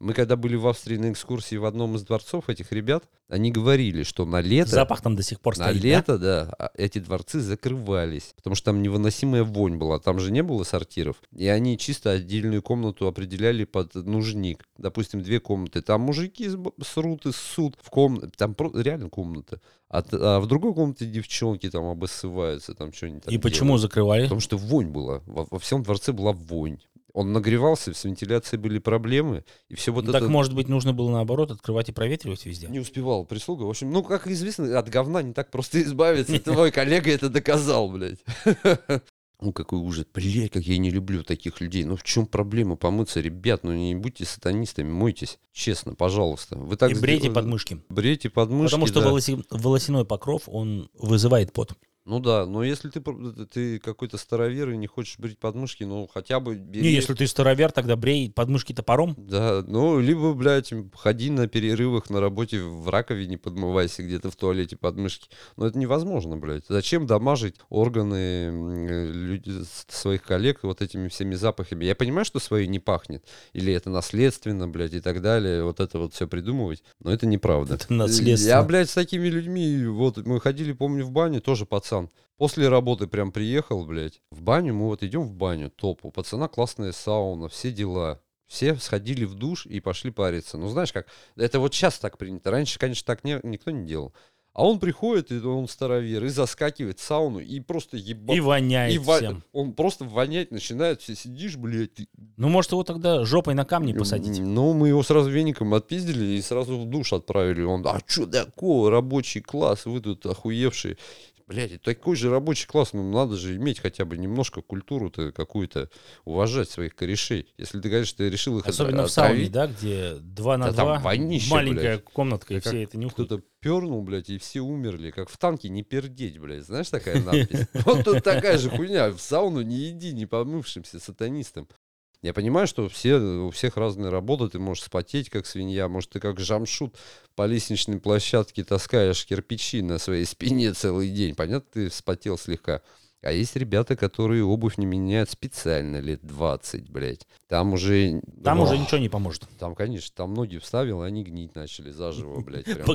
[SPEAKER 1] Мы когда были в Австрии на экскурсии в одном из дворцов этих ребят, они говорили, что на лето...
[SPEAKER 3] запах там до сих пор
[SPEAKER 1] На
[SPEAKER 3] стоит. да?
[SPEAKER 1] лето, да, а эти дворцы закрывались, потому что там невыносимая вонь была, там же не было сортиров. И они чисто отдельную комнату определяли под нужник. Допустим, две комнаты. Там мужики сб- срут и ссут в комнате. Там про- реально комната. А, т- а в другой комнате девчонки там обоссываются, там что-нибудь там
[SPEAKER 3] И почему
[SPEAKER 1] делают.
[SPEAKER 3] закрывали?
[SPEAKER 1] Потому что вонь была. Во, во всем дворце была вонь. Он нагревался, с вентиляцией были проблемы, и все вот
[SPEAKER 3] Ну,
[SPEAKER 1] это...
[SPEAKER 3] так, может быть, нужно было наоборот открывать и проветривать везде.
[SPEAKER 1] Не успевал прислуга. В общем, ну, как известно, от говна не так просто *laughs* избавиться. Твой коллега это доказал, блядь. Ну, какой ужас. Блядь, как я не люблю таких людей. Ну, в чем проблема помыться, ребят? Ну, не будьте сатанистами, мойтесь. Честно, пожалуйста. Вы так
[SPEAKER 3] и
[SPEAKER 1] сде-
[SPEAKER 3] брейте подмышки.
[SPEAKER 1] Брейте подмышки,
[SPEAKER 3] Потому что
[SPEAKER 1] да.
[SPEAKER 3] волоси- волосяной покров, он вызывает пот.
[SPEAKER 1] Ну да, но если ты, пр- ты какой-то старовер и не хочешь брить подмышки, ну, хотя бы бери...
[SPEAKER 3] Не, если ты старовер, тогда брей подмышки топором.
[SPEAKER 1] Да, ну, либо, блядь, ходи на перерывах на работе в раковине, подмывайся где-то в туалете подмышки. Но это невозможно, блядь. Зачем дамажить органы м, э, люд- с- своих коллег вот этими всеми запахами? Я понимаю, что свои не пахнет, или это наследственно, блядь, и так далее, вот это вот все придумывать, но это неправда.
[SPEAKER 3] Это наследственно.
[SPEAKER 1] Я, блядь, с такими людьми, вот, мы ходили, помню, в баню, тоже пацан. После работы прям приехал, блядь, в баню, мы вот идем в баню, топ, у пацана классная сауна, все дела. Все сходили в душ и пошли париться. Ну, знаешь как, это вот сейчас так принято. Раньше, конечно, так не, никто не делал. А он приходит, и он старовер, и заскакивает в сауну, и просто еба...
[SPEAKER 3] И воняет
[SPEAKER 1] и ва-
[SPEAKER 3] всем.
[SPEAKER 1] Он просто вонять начинает, все сидишь, блядь. ты-
[SPEAKER 3] Ну, может, его тогда жопой на камни посадить?
[SPEAKER 1] Ну, мы его сразу веником отпиздили и сразу в душ отправили. Он, а что такого, рабочий класс, вы тут охуевшие. Блядь, это такой же рабочий класс, ну надо же иметь хотя бы немножко культуру-то какую-то, уважать своих корешей. Если ты, конечно, ты решил их от-
[SPEAKER 3] Особенно в сауне,
[SPEAKER 1] отравить,
[SPEAKER 3] да, где 2 на
[SPEAKER 1] Да там
[SPEAKER 3] 2,
[SPEAKER 1] вонище,
[SPEAKER 3] маленькая
[SPEAKER 1] блядь.
[SPEAKER 3] комнатка, и
[SPEAKER 1] Как
[SPEAKER 3] все это нюхают.
[SPEAKER 1] Кто-то пернул, блядь, и все умерли, как в танке не пердеть, блядь. Знаешь, такая надпись? *laughs* Вот тут такая же хуйня. В сауну не иди не помывшимся сатанистом. Я понимаю, что все, у всех разные работы, ты можешь спотеть, как свинья, может, ты как жамшут по лестничной площадке таскаешь кирпичи на своей спине целый день. Понятно, ты вспотел слегка. А есть ребята, которые обувь не меняют специально лет 20, блядь. Там уже...
[SPEAKER 3] Там уже
[SPEAKER 1] Ох.
[SPEAKER 3] ничего не поможет.
[SPEAKER 1] Там, конечно, там ноги вставил, и они гнить начали заживо, блядь. прям.
[SPEAKER 3] *laughs* По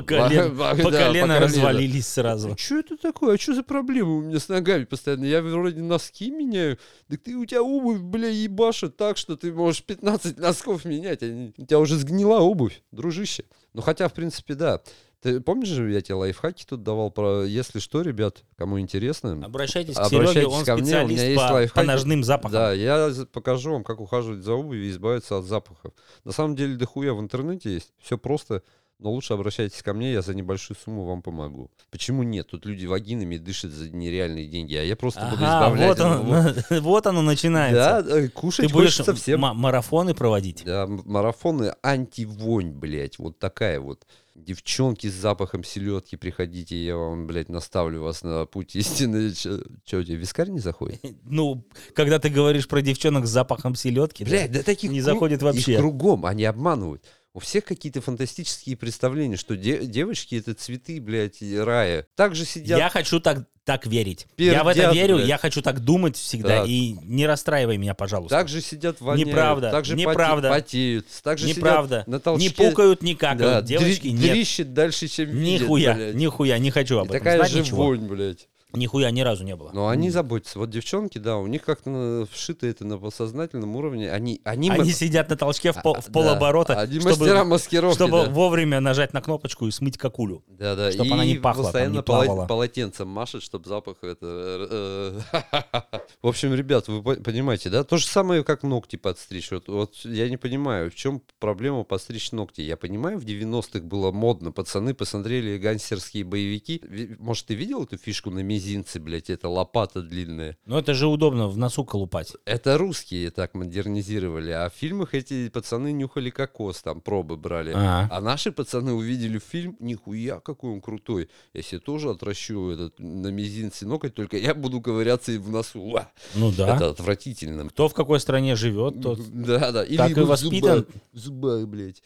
[SPEAKER 1] *laughs*
[SPEAKER 3] колен-
[SPEAKER 1] Да,
[SPEAKER 3] По колено
[SPEAKER 1] колено.
[SPEAKER 3] развалились сразу.
[SPEAKER 1] Что это такое? А что за проблемы у меня с ногами постоянно? Я вроде носки меняю. Так ты у тебя обувь, бля, ебаша так, что ты можешь 15 носков менять. Они- У тебя уже сгнила обувь, дружище. Ну хотя, в принципе, да. Ты помнишь же, я тебе лайфхаки тут давал про... Если что, ребят, кому интересно,
[SPEAKER 3] Обращайтесь к
[SPEAKER 1] Обращайтесь
[SPEAKER 3] Сереге, он
[SPEAKER 1] ко мне, у меня
[SPEAKER 3] специалист
[SPEAKER 1] есть
[SPEAKER 3] по- по
[SPEAKER 1] лайфхаки.
[SPEAKER 3] ножным запахам.
[SPEAKER 1] Да, я за- покажу вам, как ухаживать за обувью и избавиться от запахов. На самом деле, дохуя в интернете есть. Все просто, но лучше обращайтесь ко мне, я за небольшую сумму вам помогу. Почему нет? Тут люди вагинами дышат за нереальные деньги, а я просто буду
[SPEAKER 3] Ага,
[SPEAKER 1] избавлять.
[SPEAKER 3] вот
[SPEAKER 1] от этого.
[SPEAKER 3] оно, *laughs* вот оно
[SPEAKER 1] Да,
[SPEAKER 3] начинается.
[SPEAKER 1] э,
[SPEAKER 3] Ты
[SPEAKER 1] кушать
[SPEAKER 3] будешь
[SPEAKER 1] хочется всем.
[SPEAKER 3] ма- марафоны проводить.
[SPEAKER 1] Да, м- марафоны антивонь, блядь, вот такая вот. Девчонки с запахом селедки, приходите, я вам, блядь, наставлю вас на путь истины. Че, у тебя вискарь не заходит?
[SPEAKER 3] Ну, когда ты говоришь про девчонок с запахом селедки, да.
[SPEAKER 1] Блядь, да таких
[SPEAKER 3] не
[SPEAKER 1] кру-
[SPEAKER 3] заходит вообще.
[SPEAKER 1] Их кругом, они обманывают. У всех какие-то фантастические представления, что де- девочки это цветы, блядь, и рая. Так же сидят.
[SPEAKER 3] Я хочу так, так верить. я
[SPEAKER 1] Пердят,
[SPEAKER 3] в это верю,
[SPEAKER 1] блядь.
[SPEAKER 3] я хочу так думать всегда.
[SPEAKER 1] Да.
[SPEAKER 3] И не расстраивай меня, пожалуйста.
[SPEAKER 1] Так же сидят воняют,
[SPEAKER 3] Неправда,
[SPEAKER 1] так же поте-
[SPEAKER 3] неправда.
[SPEAKER 1] потеют, так же сидят
[SPEAKER 3] Неправда.
[SPEAKER 1] на
[SPEAKER 3] не
[SPEAKER 1] толчке.
[SPEAKER 3] пукают, не какают.
[SPEAKER 1] да,
[SPEAKER 3] Девочки,
[SPEAKER 1] дри-
[SPEAKER 3] нет.
[SPEAKER 1] дрищет дальше, чем видят,
[SPEAKER 3] Нихуя,
[SPEAKER 1] блядь.
[SPEAKER 3] нихуя, не хочу
[SPEAKER 1] И
[SPEAKER 3] об этом
[SPEAKER 1] такая
[SPEAKER 3] знать
[SPEAKER 1] же
[SPEAKER 3] ничего.
[SPEAKER 1] вонь, блядь.
[SPEAKER 3] Нихуя ни разу не было.
[SPEAKER 1] Но они заботятся. Вот девчонки, да, у них как-то на- вшито это на подсознательном уровне. Они, они,
[SPEAKER 3] Они
[SPEAKER 1] ма-
[SPEAKER 3] сидят на толчке в, пол-
[SPEAKER 1] А,
[SPEAKER 3] в полоборота,
[SPEAKER 1] да, они мастера
[SPEAKER 3] чтобы,
[SPEAKER 1] маскировки.
[SPEAKER 3] чтобы
[SPEAKER 1] да.
[SPEAKER 3] вовремя нажать на кнопочку и смыть какулю.
[SPEAKER 1] Да, да.
[SPEAKER 3] Чтоб она не пахла, там,
[SPEAKER 1] постоянно
[SPEAKER 3] не
[SPEAKER 1] поло-
[SPEAKER 3] плавала.
[SPEAKER 1] полотенцем машет, чтобы запах это. э, э, *laughs* В общем, ребят, вы по- понимаете, да? То же самое, как ногти подстричь. Вот, вот я не понимаю, в чем проблема подстричь ногти. Я понимаю, в 90-х было модно. Пацаны посмотрели гангстерские боевики. Ви- Может, ты видел эту фишку на мизинце, блядь? Это лопата длинная.
[SPEAKER 3] Но это же удобно в носу колупать.
[SPEAKER 1] Это русские так модернизировали, а в фильмах эти пацаны нюхали кокос, там пробы брали.
[SPEAKER 3] А.
[SPEAKER 1] А наши пацаны увидели фильм, нихуя, какой он крутой. Я себе тоже отращу этот на мизинце ноготь, только я буду ковыряться и в носу. Уа!
[SPEAKER 3] Ну да.
[SPEAKER 1] Это отвратительно.
[SPEAKER 3] Кто в какой стране живет, тот...
[SPEAKER 1] Да, да. Или
[SPEAKER 3] так и
[SPEAKER 1] в зубах-
[SPEAKER 3] воспитан.
[SPEAKER 1] В зубах, блядь.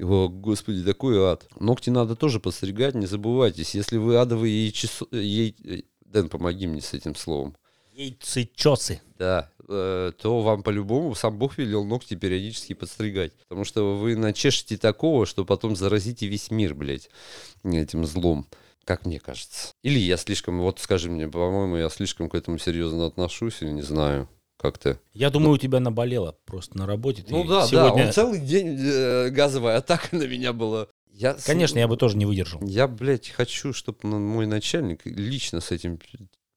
[SPEAKER 1] О, господи, такой ад. Ногти надо тоже подстригать, не забывайтесь. Если вы адовые яйчесо... яй- э, Дэн, помоги мне с этим словом.
[SPEAKER 3] Яйцы-чесы.
[SPEAKER 1] Да, э, то вам по-любому сам Бог велел ногти периодически подстригать. Потому что вы начешете такого, что потом заразите весь мир, блядь, этим злом. Как мне кажется. Или я слишком, вот скажи мне, по-моему, я слишком к этому серьезно отношусь или не знаю. Как-то.
[SPEAKER 3] Я думаю, у тебя наболело просто на работе. Ты
[SPEAKER 1] Ну да, да,
[SPEAKER 3] сегодня...
[SPEAKER 1] он целый день э, газовая атака на меня была. Я, с-
[SPEAKER 3] Конечно, я бы тоже не выдержал.
[SPEAKER 1] Я, блядь, хочу, чтобы мой начальник лично с этим п-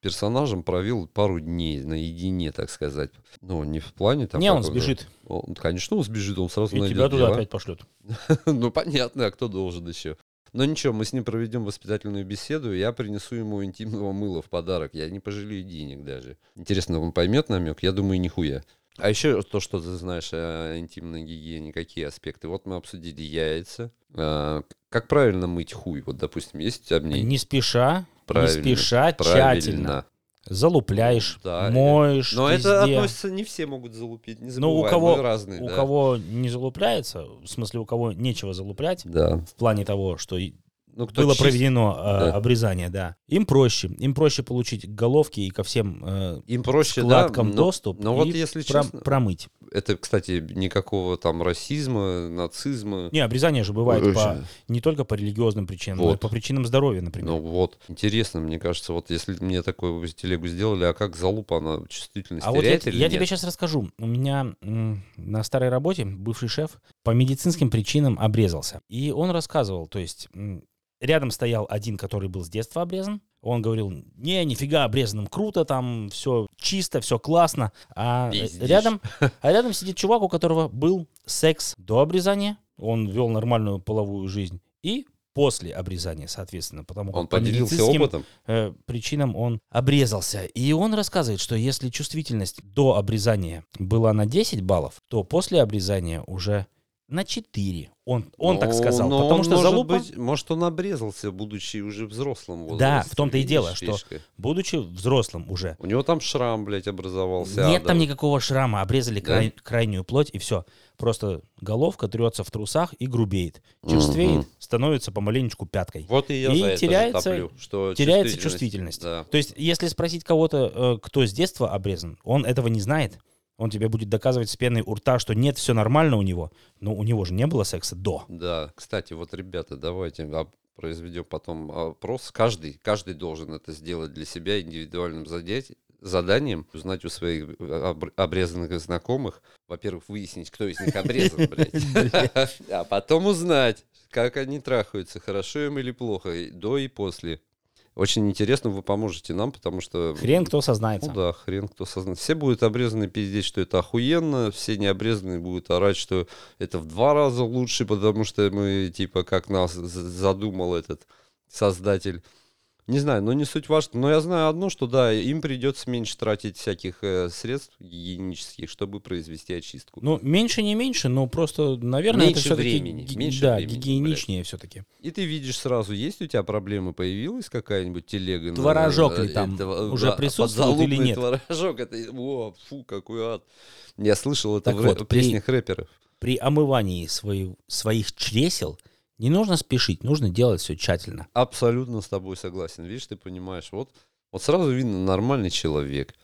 [SPEAKER 1] персонажем провел пару дней наедине, так сказать. Ну, не в плане там...
[SPEAKER 3] не, он
[SPEAKER 1] какого-то-
[SPEAKER 3] сбежит.
[SPEAKER 1] Он, конечно, он сбежит, он сразу
[SPEAKER 3] И
[SPEAKER 1] найдет
[SPEAKER 3] тебя туда
[SPEAKER 1] дела.
[SPEAKER 3] опять пошлют.
[SPEAKER 1] *laughs* Ну, понятно, а кто должен еще? Но ничего, мы с ним проведем воспитательную беседу, и я принесу ему интимного мыла в подарок. Я не пожалею денег даже. Интересно, он поймет намек? Я думаю, нихуя. А еще то, что ты знаешь о интимной гигиене, какие аспекты. Вот мы обсудили яйца. А, как правильно мыть хуй? Вот, допустим, есть у тебя мнение?
[SPEAKER 3] Не спеша,
[SPEAKER 1] Правильно,
[SPEAKER 3] не спеша, тщательно.
[SPEAKER 1] Правильно.
[SPEAKER 3] Залупляешь,
[SPEAKER 1] Да,
[SPEAKER 3] моешь,
[SPEAKER 1] Но
[SPEAKER 3] везде.
[SPEAKER 1] это относится, не все могут залупить, не
[SPEAKER 3] Ну, у
[SPEAKER 1] забывай.
[SPEAKER 3] кого-
[SPEAKER 1] мы разные,
[SPEAKER 3] У
[SPEAKER 1] да.
[SPEAKER 3] кого не залупляется, в смысле, у кого нечего залуплять,
[SPEAKER 1] Да.
[SPEAKER 3] в плане того, что и
[SPEAKER 1] Ну, кто
[SPEAKER 3] было
[SPEAKER 1] чист,
[SPEAKER 3] проведено э,
[SPEAKER 1] Да.
[SPEAKER 3] обрезание, да, им проще. Им проще получить к головке и ко всем э,
[SPEAKER 1] Им проще, да,
[SPEAKER 3] складкам
[SPEAKER 1] но-
[SPEAKER 3] доступ
[SPEAKER 1] но вот
[SPEAKER 3] и
[SPEAKER 1] если
[SPEAKER 3] пром-
[SPEAKER 1] честно-
[SPEAKER 3] промыть.
[SPEAKER 1] Это, кстати, никакого там расизма, нацизма.
[SPEAKER 3] Не, обрезание же бывает по,
[SPEAKER 1] Очень.
[SPEAKER 3] не только по религиозным причинам, но и
[SPEAKER 1] Вот.
[SPEAKER 3] по причинам здоровья, например.
[SPEAKER 1] Ну вот, интересно, мне кажется, вот если мне такую телегу сделали, а как залупа, она чувствительность
[SPEAKER 3] А вот я,
[SPEAKER 1] теряет или
[SPEAKER 3] я
[SPEAKER 1] нет?
[SPEAKER 3] тебе сейчас расскажу. У меня м, на старой работе бывший шеф по медицинским причинам обрезался. И он рассказывал, то есть м, рядом стоял один, который был с детства обрезан. Он говорил, не, нифига, обрезанным круто, там все чисто, все классно. А
[SPEAKER 1] Пиздишь.
[SPEAKER 3] рядом, а рядом сидит чувак, у которого был секс до обрезания. Он вел нормальную половую жизнь. И после обрезания, соответственно, потому как
[SPEAKER 1] Он
[SPEAKER 3] по
[SPEAKER 1] поделился
[SPEAKER 3] медицинским,
[SPEAKER 1] опытом.
[SPEAKER 3] э, причинам он обрезался. И он рассказывает, что если чувствительность до обрезания была на 10 баллов, то после обрезания уже на 4. Он, он так
[SPEAKER 1] Но-
[SPEAKER 3] сказал.
[SPEAKER 1] но
[SPEAKER 3] потому
[SPEAKER 1] Ну, он,
[SPEAKER 3] что
[SPEAKER 1] может
[SPEAKER 3] залупа...
[SPEAKER 1] быть, может, он обрезался, будучи уже взрослым возрастом.
[SPEAKER 3] Да, в том-то и дело,
[SPEAKER 1] видишь,
[SPEAKER 3] что-
[SPEAKER 1] фишка.
[SPEAKER 3] будучи взрослым уже.
[SPEAKER 1] У него там шрам, блядь, образовался.
[SPEAKER 3] Нет там
[SPEAKER 1] адом.
[SPEAKER 3] никакого шрама, обрезали
[SPEAKER 1] Да.
[SPEAKER 3] край- крайнюю плоть и все. Просто головка трется в трусах и грубеет. Чувствеет,
[SPEAKER 1] Мгм.
[SPEAKER 3] становится помаленечку пяткой.
[SPEAKER 1] Вот и я
[SPEAKER 3] И
[SPEAKER 1] за это же
[SPEAKER 3] теряется-
[SPEAKER 1] топлю, что
[SPEAKER 3] теряется чувствительность.
[SPEAKER 1] Да.
[SPEAKER 3] То есть, если спросить кого-то, э, кто с детства обрезан, он этого не знает. Он тебе будет доказывать с пеной у рта, что нет, все нормально у него. Но у него же не было секса до.
[SPEAKER 1] Да, кстати, вот, ребята, давайте об- произведем потом опрос. Каждый, каждый должен это сделать для себя индивидуальным задеть, заданием, узнать у своих э, обр- обрезанных знакомых, во-первых, выяснить, кто из них обрезан, блядь, а потом узнать, как они трахаются, хорошо им или плохо, и до и после. Очень интересно, вы поможете нам, потому что...
[SPEAKER 3] Хрен кто сознается.
[SPEAKER 1] Ну да, хрен кто сознает. Все будут обрезаны пиздеть, что это охуенно, все необрезанные будут орать, что это в два раза лучше, потому что мы, типа, как нас з- задумал этот создатель. Не знаю, но не суть важно. Но я знаю одно, что да, им придется меньше тратить всяких э, средств гигиенических, чтобы произвести очистку.
[SPEAKER 3] Ну, меньше не меньше, но просто, наверное,
[SPEAKER 1] Меньше
[SPEAKER 3] это все-таки
[SPEAKER 1] времени, меньше
[SPEAKER 3] да,
[SPEAKER 1] времени,
[SPEAKER 3] гигиеничнее все-таки.
[SPEAKER 1] И ты видишь сразу, есть у тебя проблемы, появилась какая-нибудь телега? на- э,
[SPEAKER 3] Творожок ли там
[SPEAKER 1] этого,
[SPEAKER 3] уже присутствует
[SPEAKER 1] подзалупный
[SPEAKER 3] или нет?
[SPEAKER 1] Творожок, это, о, фу, какой ад. Я слышал это
[SPEAKER 3] Так
[SPEAKER 1] в рэ-
[SPEAKER 3] вот, при-
[SPEAKER 1] песнях рэперов.
[SPEAKER 3] При омывании свои- своих чресел не нужно спешить, нужно делать все тщательно.
[SPEAKER 1] Абсолютно с тобой согласен. Видишь, ты понимаешь, вот, вот сразу видно нормальный человек.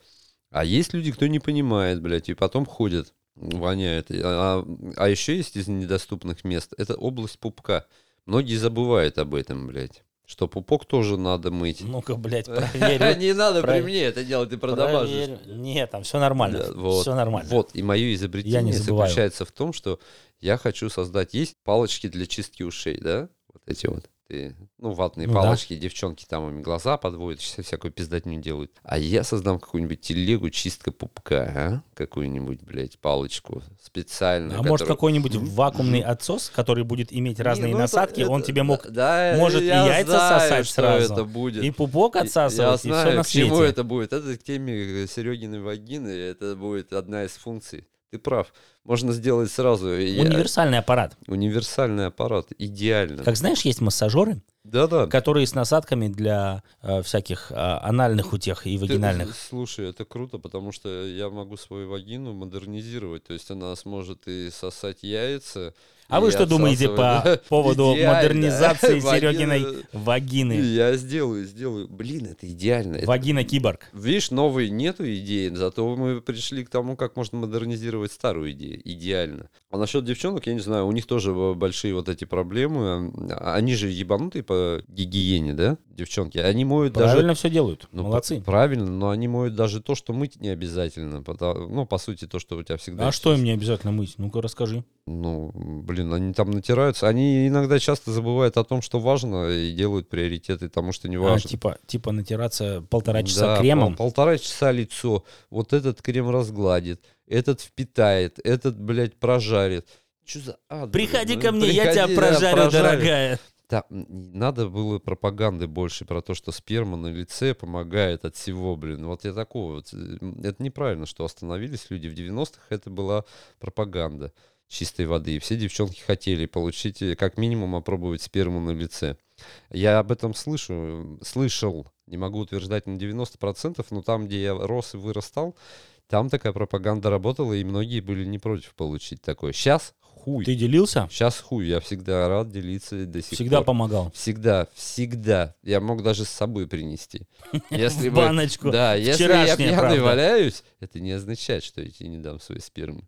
[SPEAKER 1] А есть люди, кто не понимает, блядь, и потом ходят, воняет. А, еще есть из недоступных мест, это область пупка. Многие забывают об этом, блядь. Что пупок тоже надо мыть. *laughs*
[SPEAKER 3] Ну-ка, блядь, проверь.
[SPEAKER 1] Не надо при
[SPEAKER 3] Проверь.
[SPEAKER 1] мне это делать, ты продамажишь.
[SPEAKER 3] Проверь. Нет, там все нормально.
[SPEAKER 1] Да, вот.
[SPEAKER 3] Все нормально.
[SPEAKER 1] Вот, и мое изобретение
[SPEAKER 3] Я не забываю.
[SPEAKER 1] заключается в том, что я хочу создать... Есть палочки для чистки ушей, да? Вот эти вот. Ты- ну, ватные
[SPEAKER 3] Ну да.
[SPEAKER 1] палочки, девчонки там им глаза подводят, вся- всякую пиздатню делают. А я создам какую-нибудь телегу чистка пупка, а? Какую-нибудь, блядь, палочку специальную.
[SPEAKER 3] А может
[SPEAKER 1] которая-
[SPEAKER 3] какой-нибудь вакуумный отсос, который будет иметь разные
[SPEAKER 1] Не, ну, это-
[SPEAKER 3] насадки, он
[SPEAKER 1] это-
[SPEAKER 3] тебе мог
[SPEAKER 1] да,
[SPEAKER 3] может и
[SPEAKER 1] я
[SPEAKER 3] яйца
[SPEAKER 1] знаю,
[SPEAKER 3] сосать
[SPEAKER 1] что
[SPEAKER 3] сразу,
[SPEAKER 1] это будет.
[SPEAKER 3] и пупок
[SPEAKER 1] И- Я
[SPEAKER 3] отсасывать, и все
[SPEAKER 1] знаю,
[SPEAKER 3] на
[SPEAKER 1] к чему
[SPEAKER 3] свете.
[SPEAKER 1] это будет. Это к теме Серегиной вагины. Это будет одна из функций. Ты прав. Можно сделать сразу. И я-
[SPEAKER 3] Универсальный аппарат.
[SPEAKER 1] Универсальный аппарат. Идеально.
[SPEAKER 3] Как знаешь, есть массажеры,
[SPEAKER 1] Да-да.
[SPEAKER 3] которые с насадками для э, всяких э, анальных утех и
[SPEAKER 1] Ты- *laughs*
[SPEAKER 3] вагинальных.
[SPEAKER 1] слушай, это круто, потому что я могу свою вагину модернизировать. То есть она сможет и сосать яйца.
[SPEAKER 3] А
[SPEAKER 1] и
[SPEAKER 3] вы что думаете по
[SPEAKER 1] отсасывать.
[SPEAKER 3] *laughs*
[SPEAKER 1] *laughs*
[SPEAKER 3] поводу
[SPEAKER 1] Идеально. *laughs*
[SPEAKER 3] модернизации
[SPEAKER 1] Вагина-
[SPEAKER 3] Серегиной вагины?
[SPEAKER 1] Я сделаю, сделаю. Блин, это идеально. Это
[SPEAKER 3] Вагина-киборг.
[SPEAKER 1] Видишь, новой нету идеи, зато мы пришли к тому, как можно модернизировать старую идею. Идеально. А насчет девчонок, я не знаю, у них тоже б- большие вот эти проблемы. А Они же ебанутые по гигиене, да, девчонки? Они моют даже...
[SPEAKER 3] Правильно все делают.
[SPEAKER 1] Ну,
[SPEAKER 3] Молодцы.
[SPEAKER 1] п- Правильно, но они моют даже то, что мыть не обязательно. потому- ну, по сути, то, что у тебя всегда...
[SPEAKER 3] А что им не обязательно мыть? Ну-ка расскажи.
[SPEAKER 1] Ну, блин, они там натираются. Они иногда часто забывают о том, что важно, и делают приоритеты тому, что не
[SPEAKER 3] А,
[SPEAKER 1] важно.
[SPEAKER 3] типа, типа натираться полтора
[SPEAKER 1] Да,
[SPEAKER 3] часа
[SPEAKER 1] пол-
[SPEAKER 3] кремом.
[SPEAKER 1] полтора часа лицо. Вот этот крем разгладит, этот впитает, этот, блядь, прожарит. Что за ад?
[SPEAKER 3] Приходи
[SPEAKER 1] блин?
[SPEAKER 3] ко мне, я
[SPEAKER 1] ну, Приходи,
[SPEAKER 3] тебя
[SPEAKER 1] да,
[SPEAKER 3] прожарю,
[SPEAKER 1] прожарю.
[SPEAKER 3] дорогая.
[SPEAKER 1] Да, м, надо было пропаганды больше про то, что сперма на лице помогает от всего, блин. Вот я такого. вот, э, м, Это неправильно, что остановились люди в 90-х. Это была пропаганда чистой воды. И все девчонки хотели получить, э, как минимум, опробовать сперму на лице. Я об этом слышу, м, слышал, не могу утверждать на 90%, но там, где я рос и вырастал, там такая пропаганда работала, и многие были не против получить такое. Сейчас хуй.
[SPEAKER 3] Ты делился?
[SPEAKER 1] Сейчас хуй, я всегда рад делиться и до сих
[SPEAKER 3] Всегда
[SPEAKER 1] пор.
[SPEAKER 3] помогал.
[SPEAKER 1] Всегда, всегда. Я мог даже с собой
[SPEAKER 3] *laughs*
[SPEAKER 1] принести. Если
[SPEAKER 3] В
[SPEAKER 1] бы...
[SPEAKER 3] баночку. *laughs*
[SPEAKER 1] Да, если я
[SPEAKER 3] Вчерашняя,
[SPEAKER 1] пьяный
[SPEAKER 3] правда.
[SPEAKER 1] валяюсь, это не означает, что я тебе не дам свои спермы.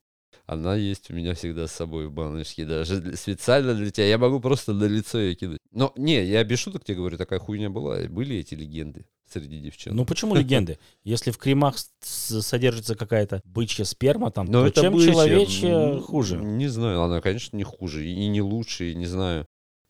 [SPEAKER 1] Она есть у меня всегда с собой в баночке, даже для- специально для тебя. Я могу просто на лицо ее кинуть. Но не, я без шуток тебе говорю, такая хуйня была. И Были эти легенды среди девчонок.
[SPEAKER 3] Ну почему легенды? Если в кремах с- с- содержится какая-то бычья сперма, там,
[SPEAKER 1] Но
[SPEAKER 3] то
[SPEAKER 1] это
[SPEAKER 3] чем
[SPEAKER 1] бычья,
[SPEAKER 3] человечья
[SPEAKER 1] м,
[SPEAKER 3] хуже?
[SPEAKER 1] Не знаю, она, конечно, не хуже и не лучше, и не знаю.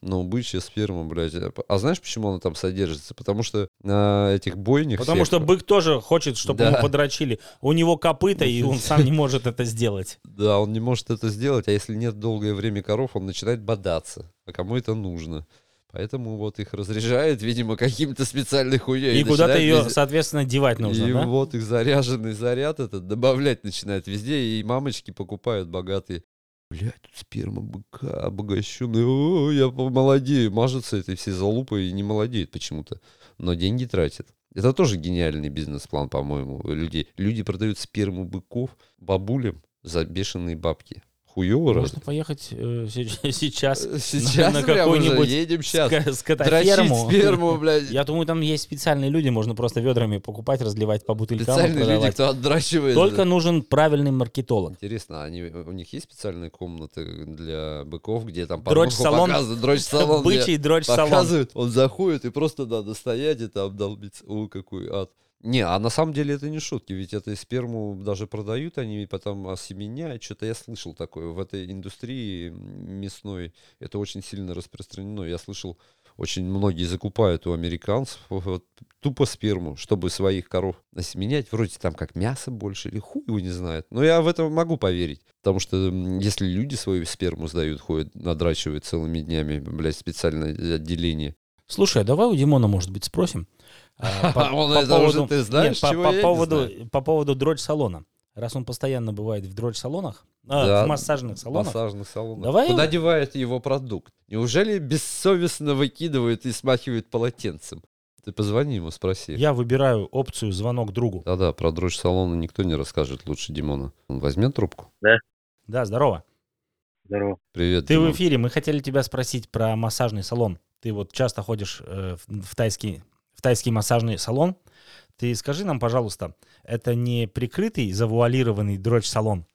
[SPEAKER 1] но бычья сперма, блядь. А п- А знаешь, почему она там содержится? Потому что на этих бойнях...
[SPEAKER 3] Потому
[SPEAKER 1] всех-
[SPEAKER 3] что бык тоже хочет, чтобы
[SPEAKER 1] Да.
[SPEAKER 3] ему подрочили. У него копыта, и
[SPEAKER 1] *laughs*
[SPEAKER 3] он сам не может это сделать.
[SPEAKER 1] Да, он не может это сделать, а если нет долгое время коров, он начинает бодаться. А кому это нужно? Поэтому вот их разряжают, видимо, каким-то специальной хуей.
[SPEAKER 3] И куда-то
[SPEAKER 1] начинают
[SPEAKER 3] ее,
[SPEAKER 1] вез-
[SPEAKER 3] соответственно, девать нужно,
[SPEAKER 1] И
[SPEAKER 3] да?
[SPEAKER 1] вот их заряженный заряд этот добавлять начинает везде, и мамочки покупают богатые. Блядь, тут сперма быка обогащенная, о, я помолодею. Мажется этой всей залупой и не молодеет почему-то, но деньги тратит. Это тоже гениальный бизнес-план, по-моему, у людей. Люди продают сперму быков бабулям за бешеные бабки. Хуёво разве?
[SPEAKER 3] Можно поехать э, се- *laughs* сейчас
[SPEAKER 1] Сейчас
[SPEAKER 3] на
[SPEAKER 1] прям уже
[SPEAKER 3] какой-нибудь
[SPEAKER 1] едем сейчас.
[SPEAKER 3] с
[SPEAKER 1] Э, Дрочить
[SPEAKER 3] скотоферму.
[SPEAKER 1] сперму, блядь.
[SPEAKER 3] *laughs* Я думаю, там есть специальные люди, можно просто ведрами покупать, разливать по бутылькам и
[SPEAKER 1] Специальные люди,
[SPEAKER 3] продавать.
[SPEAKER 1] кто отдрачивает.
[SPEAKER 3] Только нужен правильный маркетолог.
[SPEAKER 1] Интересно, а они, у них есть специальные комнаты для быков, где там
[SPEAKER 3] Дрочь-салон.
[SPEAKER 1] дрочь-салон, где
[SPEAKER 3] Бычий дрочь-салон.
[SPEAKER 1] показывают, он заходит и просто надо стоять и там долбиться. О, какой ад. Не, а на самом деле это не шутки, ведь это и сперму даже продают, они и потом осеменяют, что-то я слышал такое, в этой индустрии мясной это очень сильно распространено, я слышал, очень многие закупают у американцев вот, тупо сперму, чтобы своих коров осеменять, вроде там как мясо больше или хуй его не знает, но я в это могу поверить, потому что м, если люди свою сперму сдают, ходят, надрачивают целыми днями, блядь, специальное отделение,
[SPEAKER 3] Слушай, а давай у Димона, может быть, спросим. а, по-
[SPEAKER 1] *laughs* Он
[SPEAKER 3] по
[SPEAKER 1] это
[SPEAKER 3] поводу-
[SPEAKER 1] уже, ты знаешь,
[SPEAKER 3] Нет, по-
[SPEAKER 1] чего
[SPEAKER 3] по
[SPEAKER 1] я не
[SPEAKER 3] поводу-
[SPEAKER 1] знаю.
[SPEAKER 3] По поводу дрочь-салона. Раз он постоянно бывает в дрочь-салонах, а,
[SPEAKER 1] Да.
[SPEAKER 3] в массажных салонах,
[SPEAKER 1] массажных салонов.
[SPEAKER 3] Давай
[SPEAKER 1] Куда
[SPEAKER 3] его-
[SPEAKER 1] девает его продукт? Неужели бессовестно выкидывает и смахивает полотенцем? Ты позвони ему, спроси.
[SPEAKER 3] я выбираю опцию «Звонок другу».
[SPEAKER 1] Да-да, про дрожь салона никто не расскажет лучше Димона. Он возьмет трубку?
[SPEAKER 3] Да, здорово.
[SPEAKER 5] Здорово. *laughs*
[SPEAKER 1] Привет,
[SPEAKER 3] Ты в
[SPEAKER 1] Димон.
[SPEAKER 3] эфире, мы хотели тебя спросить про массажный салон. Ты вот часто ходишь э, в, в тайский, в тайский массажный салон. Ты скажи нам, пожалуйста, это не прикрытый, завуалированный дрочь-салон?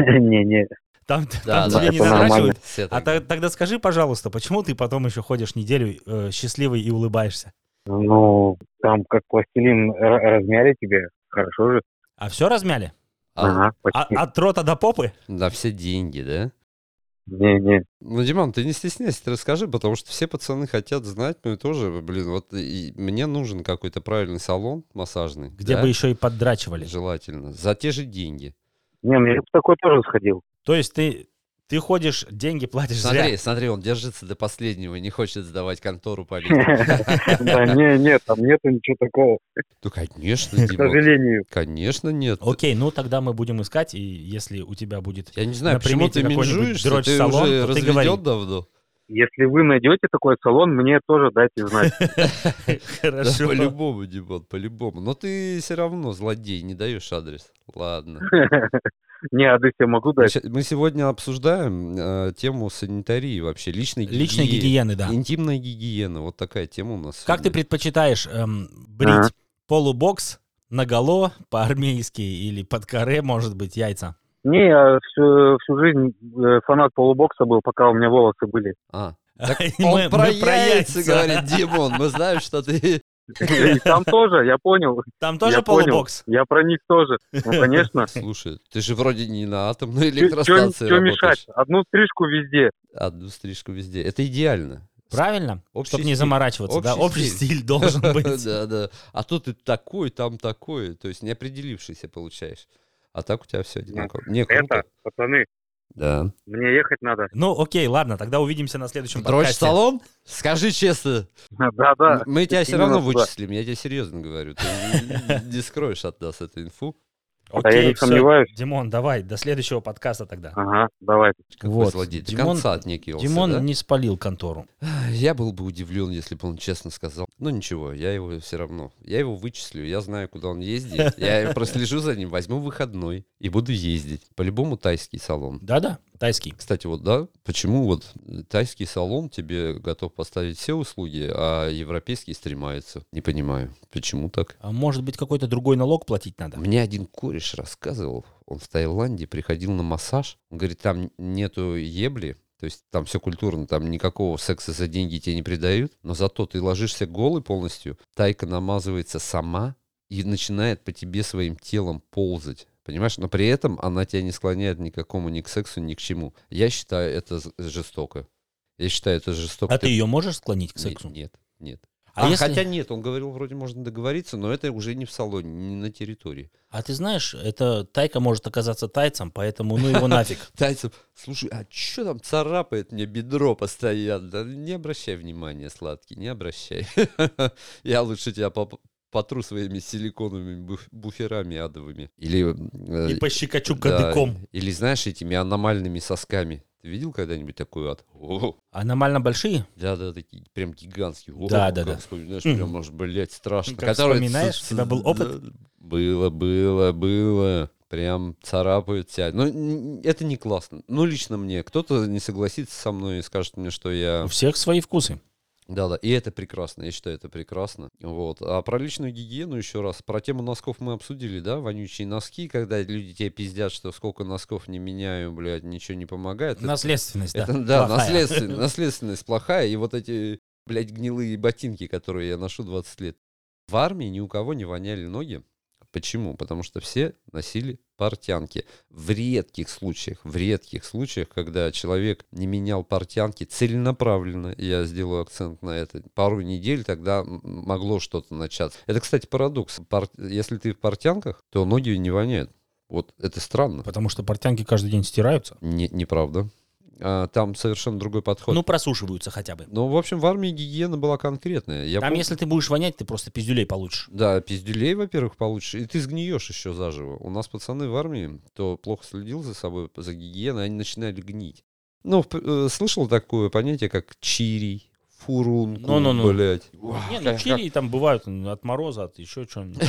[SPEAKER 5] Не-не,
[SPEAKER 3] Там,
[SPEAKER 1] Да,
[SPEAKER 3] там
[SPEAKER 1] да,
[SPEAKER 3] тебе не
[SPEAKER 5] это нормально.
[SPEAKER 3] задрачивают?
[SPEAKER 1] Все
[SPEAKER 3] А
[SPEAKER 1] так.
[SPEAKER 3] то- тогда скажи, пожалуйста, почему ты потом еще ходишь неделю э, счастливый и улыбаешься?
[SPEAKER 5] ну, там как пластилин ра- размяли тебе, хорошо же.
[SPEAKER 3] А все размяли?
[SPEAKER 1] А,
[SPEAKER 5] Ага,
[SPEAKER 3] А-
[SPEAKER 5] почти.
[SPEAKER 3] от трота до попы?
[SPEAKER 1] на все деньги, да?
[SPEAKER 5] Не-не,
[SPEAKER 1] Ну, Диман, ты не стесняйся, ты расскажи, потому что все пацаны хотят знать, ну и тоже, блин, вот и мне нужен какой-то правильный салон массажный.
[SPEAKER 3] Где
[SPEAKER 1] да?
[SPEAKER 3] бы еще и поддрачивали.
[SPEAKER 1] Желательно. За те же деньги.
[SPEAKER 5] не, ну я бы в такой тоже сходил. *laughs*
[SPEAKER 3] То есть ты, ты ходишь, деньги платишь
[SPEAKER 1] Смотри,
[SPEAKER 3] зря.
[SPEAKER 1] смотри, он держится до последнего и не хочет сдавать контору
[SPEAKER 3] *laughs*
[SPEAKER 1] полиции.
[SPEAKER 5] Да, не-не, там нету ничего такого,
[SPEAKER 1] Ну, конечно,
[SPEAKER 5] к
[SPEAKER 1] Димон.
[SPEAKER 5] сожалению.
[SPEAKER 1] Конечно, нет.
[SPEAKER 3] Окей, ну тогда мы будем искать, и если у
[SPEAKER 1] *laughs*
[SPEAKER 3] тебя будет... *laughs*
[SPEAKER 1] Я не знаю,
[SPEAKER 3] На
[SPEAKER 1] почему
[SPEAKER 3] примете
[SPEAKER 1] ты
[SPEAKER 3] какой-нибудь
[SPEAKER 1] менжуешь, ты
[SPEAKER 3] дрочь-салон,
[SPEAKER 1] уже
[SPEAKER 3] то ты
[SPEAKER 1] разведен
[SPEAKER 3] говори.
[SPEAKER 1] давно. *laughs*
[SPEAKER 5] Если вы найдете такой салон, мне тоже
[SPEAKER 1] *laughs*
[SPEAKER 5] дайте знать. *laughs*
[SPEAKER 1] Да,
[SPEAKER 3] Хорошо.
[SPEAKER 1] по-любому, Димон, по-любому. Но ты все равно злодей, не даешь адрес. Ладно.
[SPEAKER 5] Не, адрес я могу дать.
[SPEAKER 1] Значит, Мы сегодня обсуждаем э, тему санитарии вообще, личной гигиены.
[SPEAKER 3] Личной гигиены, да.
[SPEAKER 1] Интимная гигиена, вот такая тема у нас.
[SPEAKER 3] Как ты
[SPEAKER 1] сегодня.
[SPEAKER 3] предпочитаешь эм,
[SPEAKER 5] Ага.
[SPEAKER 3] брить? Полубокс, наголо, по-армейски или под каре, может быть, яйца?
[SPEAKER 5] Не, я всю, всю жизнь э, фанат полубокса был, пока у меня
[SPEAKER 1] *laughs*
[SPEAKER 5] волосы были.
[SPEAKER 3] *laughs*
[SPEAKER 1] А,
[SPEAKER 3] Мы-
[SPEAKER 1] он
[SPEAKER 3] мы
[SPEAKER 1] про яйца
[SPEAKER 3] *laughs*
[SPEAKER 1] говорит, Димон, мы знаем, что ты... *laughs*
[SPEAKER 5] И там тоже, я понял.
[SPEAKER 3] Там
[SPEAKER 5] я
[SPEAKER 3] тоже
[SPEAKER 5] понял.
[SPEAKER 3] полубокс?
[SPEAKER 5] Я про них тоже. Ну,
[SPEAKER 1] *laughs*
[SPEAKER 5] конечно.
[SPEAKER 1] Слушай, ты же вроде не на атомной электростанции
[SPEAKER 5] Что
[SPEAKER 1] работаешь.
[SPEAKER 5] мешать? Одну стрижку везде.
[SPEAKER 1] Одну стрижку везде. Это идеально.
[SPEAKER 3] Правильно?
[SPEAKER 1] Общий
[SPEAKER 3] Чтобы не
[SPEAKER 1] стиль.
[SPEAKER 3] заморачиваться, да?
[SPEAKER 1] Общий
[SPEAKER 3] Общий
[SPEAKER 1] стиль.
[SPEAKER 3] стиль должен
[SPEAKER 1] *laughs*
[SPEAKER 3] быть.
[SPEAKER 1] Да, да. А то ты такой, там такой. То есть не определившийся получаешь. А так у тебя все одинаково. Не,
[SPEAKER 5] Это,
[SPEAKER 1] круто.
[SPEAKER 5] пацаны,
[SPEAKER 1] Да.
[SPEAKER 5] мне ехать
[SPEAKER 3] *laughs*
[SPEAKER 5] надо.
[SPEAKER 3] Ну, окей, ладно, тогда увидимся на следующем
[SPEAKER 1] Дрочь
[SPEAKER 3] подкасте.
[SPEAKER 1] салон? Скажи честно.
[SPEAKER 5] Да-да.
[SPEAKER 1] мы тебя все
[SPEAKER 5] именно
[SPEAKER 1] равно
[SPEAKER 5] туда.
[SPEAKER 1] вычислим. Я тебе серьезно говорю. Ты не- не скроешь от нас эту инфу.
[SPEAKER 5] А я не
[SPEAKER 3] всё.
[SPEAKER 5] сомневаюсь. А,
[SPEAKER 3] Димон, давай, до следующего подкаста тогда.
[SPEAKER 5] Ага, давай.
[SPEAKER 1] Какой
[SPEAKER 3] Вот,
[SPEAKER 1] злодей. До
[SPEAKER 3] Димон-
[SPEAKER 1] конца отнекивался,
[SPEAKER 3] Димон
[SPEAKER 1] да?
[SPEAKER 3] не спалил контору.
[SPEAKER 1] Я был бы удивлен, если бы он честно сказал. Ну ничего, я его все равно. Я его вычислю, я знаю, куда он
[SPEAKER 3] *laughs*
[SPEAKER 1] ездит. Я прослежу за ним, возьму выходной и буду ездить. По-любому тайский салон.
[SPEAKER 3] Да-да, тайский.
[SPEAKER 1] Кстати, вот да, почему вот тайский салон тебе готов поставить все услуги, а европейский стремается? Не понимаю, почему так?
[SPEAKER 3] А может быть, какой-то другой налог платить надо?
[SPEAKER 1] Мне один кореш рассказывал, он в Таиланде приходил на массаж, он говорит, там нету ебли, то есть там все культурно, там никакого секса за деньги тебе не придают, но зато ты ложишься голый полностью, тайка намазывается сама и начинает по тебе своим телом ползать. Понимаешь, но при этом она тебя не склоняет ни к какому, ни к сексу, ни к чему. Я считаю это з- жестоко. Я считаю, это жестоко.
[SPEAKER 3] А ты ее можешь склонить к
[SPEAKER 1] Нет,
[SPEAKER 3] сексу?
[SPEAKER 1] Нет, нет.
[SPEAKER 3] А,
[SPEAKER 1] А
[SPEAKER 3] если-
[SPEAKER 1] Хотя нет, он говорил, вроде можно договориться, но это уже не в салоне, не на территории.
[SPEAKER 3] а ты знаешь, это тайка может оказаться тайцем, поэтому ну
[SPEAKER 1] *laughs*
[SPEAKER 3] его нафиг.
[SPEAKER 1] Тайцев, слушай, а что там царапает мне бедро постоянно? Да не обращай внимания, сладкий, не обращай. *laughs* Я лучше тебя поп- потру своими силиконовыми буф- буферами адовыми. Или... э,
[SPEAKER 2] И пощекочу
[SPEAKER 1] да,
[SPEAKER 2] кадыком.
[SPEAKER 1] Или, знаешь, этими аномальными сосками. Ты видел когда-нибудь такой ад? О,
[SPEAKER 3] Аномально большие?
[SPEAKER 1] Да, да, такие прям гигантские. О,
[SPEAKER 3] Да, да,
[SPEAKER 1] как
[SPEAKER 3] да.
[SPEAKER 1] Вспоминаешь,
[SPEAKER 3] Мгм. *laughs*
[SPEAKER 1] прям аж, блядь, страшно.
[SPEAKER 3] Как вспоминаешь, у тебя был опыт?
[SPEAKER 1] да, Было, было, было. Прям царапают тебя. Но н- это не классно. Ну, лично мне. Кто-то не согласится со мной и скажет мне, что я...
[SPEAKER 3] У всех свои вкусы.
[SPEAKER 1] Да-да, и это прекрасно. Я считаю, это прекрасно. Вот. А про личную гигиену еще раз. Про тему носков мы обсудили, да? Вонючие носки, когда люди тебе пиздят, что сколько носков не меняю, блядь, ничего не помогает.
[SPEAKER 2] Наследственность,
[SPEAKER 1] Это, да,
[SPEAKER 2] плохая.
[SPEAKER 1] наследственность, наследственность плохая. И вот эти, блядь, гнилые ботинки, которые я ношу 20 лет. В армии ни у кого не воняли ноги. Почему? Потому что все носили портянки. В редких случаях, в редких случаях, когда человек не менял портянки целенаправленно, я сделаю акцент на это, пару недель тогда м- могло что-то начаться. Это, кстати, парадокс. Пор- Если ты в портянках, то ноги не воняют. Вот это странно.
[SPEAKER 3] Потому что портянки каждый день стираются.
[SPEAKER 1] Не, неправда. А, там совершенно другой подход.
[SPEAKER 3] Ну, просушиваются хотя бы.
[SPEAKER 1] Ну, в общем, в армии гигиена была конкретная. Я
[SPEAKER 3] Там,
[SPEAKER 1] пом-
[SPEAKER 3] если ты будешь вонять, ты просто пиздюлей получишь.
[SPEAKER 1] Да, пиздюлей, во-первых, получишь, и ты сгниешь еще заживо. У нас пацаны в армии, кто плохо следил за собой, за гигиеной, они начинали гнить. Ну, в п- э, слышал такое понятие, как чирий, фурункул,
[SPEAKER 3] Ну-ну-ну.
[SPEAKER 1] блядь.
[SPEAKER 3] Не, ну
[SPEAKER 1] Как-
[SPEAKER 3] чили там бывают м, от мороза, от еще чего-нибудь.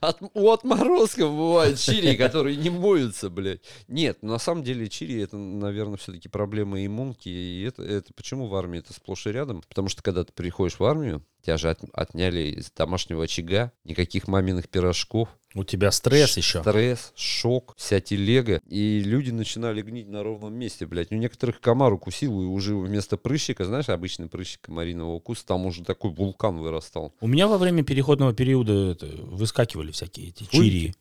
[SPEAKER 1] От, у отморозков бывают чири, которые не моются, блядь. Нет, на самом деле чири это, наверное, все-таки проблема иммунки. И это, это почему в армии это сплошь и рядом? Потому что когда ты приходишь в армию, тебя же от- отняли из домашнего очага, никаких маминых пирожков,
[SPEAKER 3] ну, У тебя стресс еще.
[SPEAKER 1] стресс, шок, вся телега. И люди начинали гнить на ровном месте, блядь. У некоторых комар укусил, и уже вместо прыщика, знаешь, обычный прыщик комариного укуса, там уже такой вулкан вырастал.
[SPEAKER 3] У меня во время переходного периода это, выскакивали всякие эти
[SPEAKER 1] Фу.
[SPEAKER 3] чири.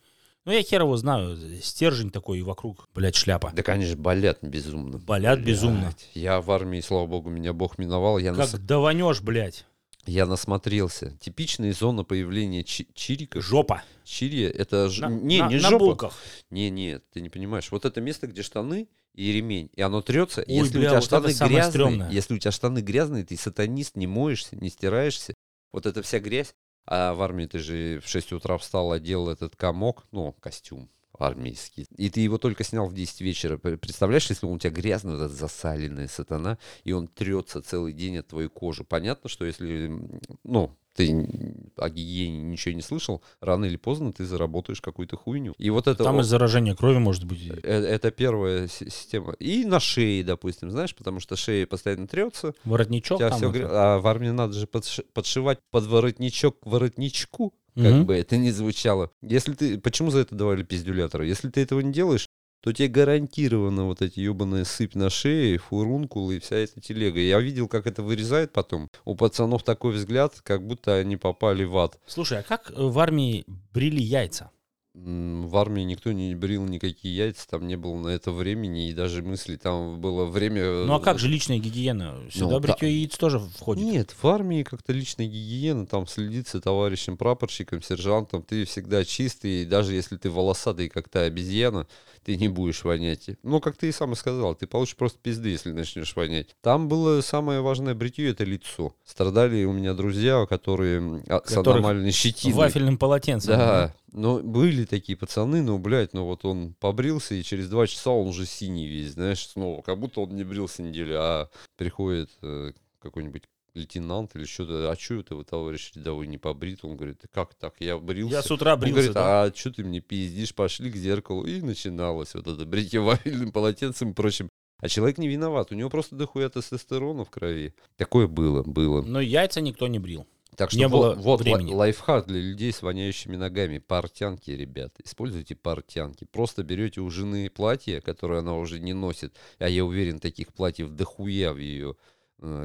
[SPEAKER 3] Ну, я хер его знаю, стержень такой и вокруг, блядь, шляпа.
[SPEAKER 1] А, Да, конечно, болят безумно.
[SPEAKER 3] Болят безумно.
[SPEAKER 1] Блядь, Я в армии, слава богу, меня бог миновал. Я, нас-
[SPEAKER 3] Как даванешь, блядь,
[SPEAKER 1] я насмотрелся. Типичная зона появления чи- чирика.
[SPEAKER 3] жопа.
[SPEAKER 1] Чири это... ж-
[SPEAKER 3] На-
[SPEAKER 1] не,
[SPEAKER 3] на-
[SPEAKER 1] не
[SPEAKER 3] на
[SPEAKER 1] жопа.
[SPEAKER 3] булках.
[SPEAKER 1] Не, не, ты не понимаешь. Вот это место, где штаны и ремень, и оно трется.
[SPEAKER 3] Ой,
[SPEAKER 1] если
[SPEAKER 3] бля,
[SPEAKER 1] у тебя
[SPEAKER 3] вот
[SPEAKER 1] штаны
[SPEAKER 3] это самое
[SPEAKER 1] грязные,
[SPEAKER 3] стрёмное.
[SPEAKER 1] если у тебя штаны грязные, ты сатанист, не моешься, не стираешься. Вот эта вся грязь. А в армии ты же в 6 утра встал, одел этот комок, ну, костюм армейский. И ты его только снял в 10 вечера. П- Представляешь, если он у тебя грязный, вот этот засаленный сатана, и он трется целый день от твою кожу. Понятно, что если, м, ну, ты н- о гигиене ничего не слышал, рано или поздно ты заработаешь какую-то хуйню. И вот это...
[SPEAKER 3] Там
[SPEAKER 1] о-
[SPEAKER 3] и заражение крови может быть.
[SPEAKER 1] Э, Это первая си- система. И на шее, допустим, знаешь, потому что шея постоянно трется.
[SPEAKER 3] Воротничок
[SPEAKER 1] тебя
[SPEAKER 3] там
[SPEAKER 1] всё
[SPEAKER 3] это.
[SPEAKER 1] гре- А в армии надо же подши- подшивать под воротничок к воротничку, как
[SPEAKER 3] Мгм.
[SPEAKER 1] бы это ни звучало. Если ты... Почему за это давали пиздюляторы? Если ты этого не делаешь, то тебе гарантированно вот эти ебаные сыпь на шее, фурункулы и вся эта телега. Я видел, как это вырезают потом. У пацанов такой взгляд, как будто они попали в ад.
[SPEAKER 3] Слушай, а как э, в армии брили яйца?
[SPEAKER 1] М, В армии никто не брил никакие яйца, там не было на это времени, и даже мысли, там было время... э,
[SPEAKER 3] Ну а как же личная гигиена? Сюда
[SPEAKER 1] Ну, да.
[SPEAKER 3] бритье яиц тоже входит.
[SPEAKER 1] Нет, в армии как-то личная гигиена, там следить за товарищем прапорщиком, сержантом, ты всегда чистый, и даже если ты волосатый, как та обезьяна, ты не будешь вонять. Ну, как ты и сам и сказал, ты получишь просто пизды, если начнешь вонять. Там было самое важное бритье — это лицо. Страдали у меня друзья, которые м, а, с
[SPEAKER 3] Которых
[SPEAKER 1] аномальной щетиной.
[SPEAKER 3] Вафельным полотенцем.
[SPEAKER 1] Да, ну были такие пацаны, но, блядь, ну вот он побрился, и через два часа он уже синий весь, знаешь, снова. Как будто он не брился неделю, а приходит э, какой-нибудь лейтенант или что-то, а чё это вы, товарищ рядовой, не побрит? Он говорит, «Да как так, я брился.
[SPEAKER 3] Я с утра
[SPEAKER 1] Он
[SPEAKER 3] брился,
[SPEAKER 1] говорит,
[SPEAKER 3] да?
[SPEAKER 1] а что ты мне пиздишь, пошли к зеркалу. И начиналось вот это бритье вафельным полотенцем и прочим. А человек не виноват, у него просто дохуя тестостерона в крови. Такое было, было.
[SPEAKER 3] Но яйца никто не брил.
[SPEAKER 1] Так что
[SPEAKER 3] Не было
[SPEAKER 1] вот, вот лай-
[SPEAKER 3] времени.
[SPEAKER 1] лайфхак для людей с воняющими ногами. Портянки, ребят. Используйте портянки. Просто берете у жены платье, которое она уже не носит, а я уверен, таких платьев дохуя в ее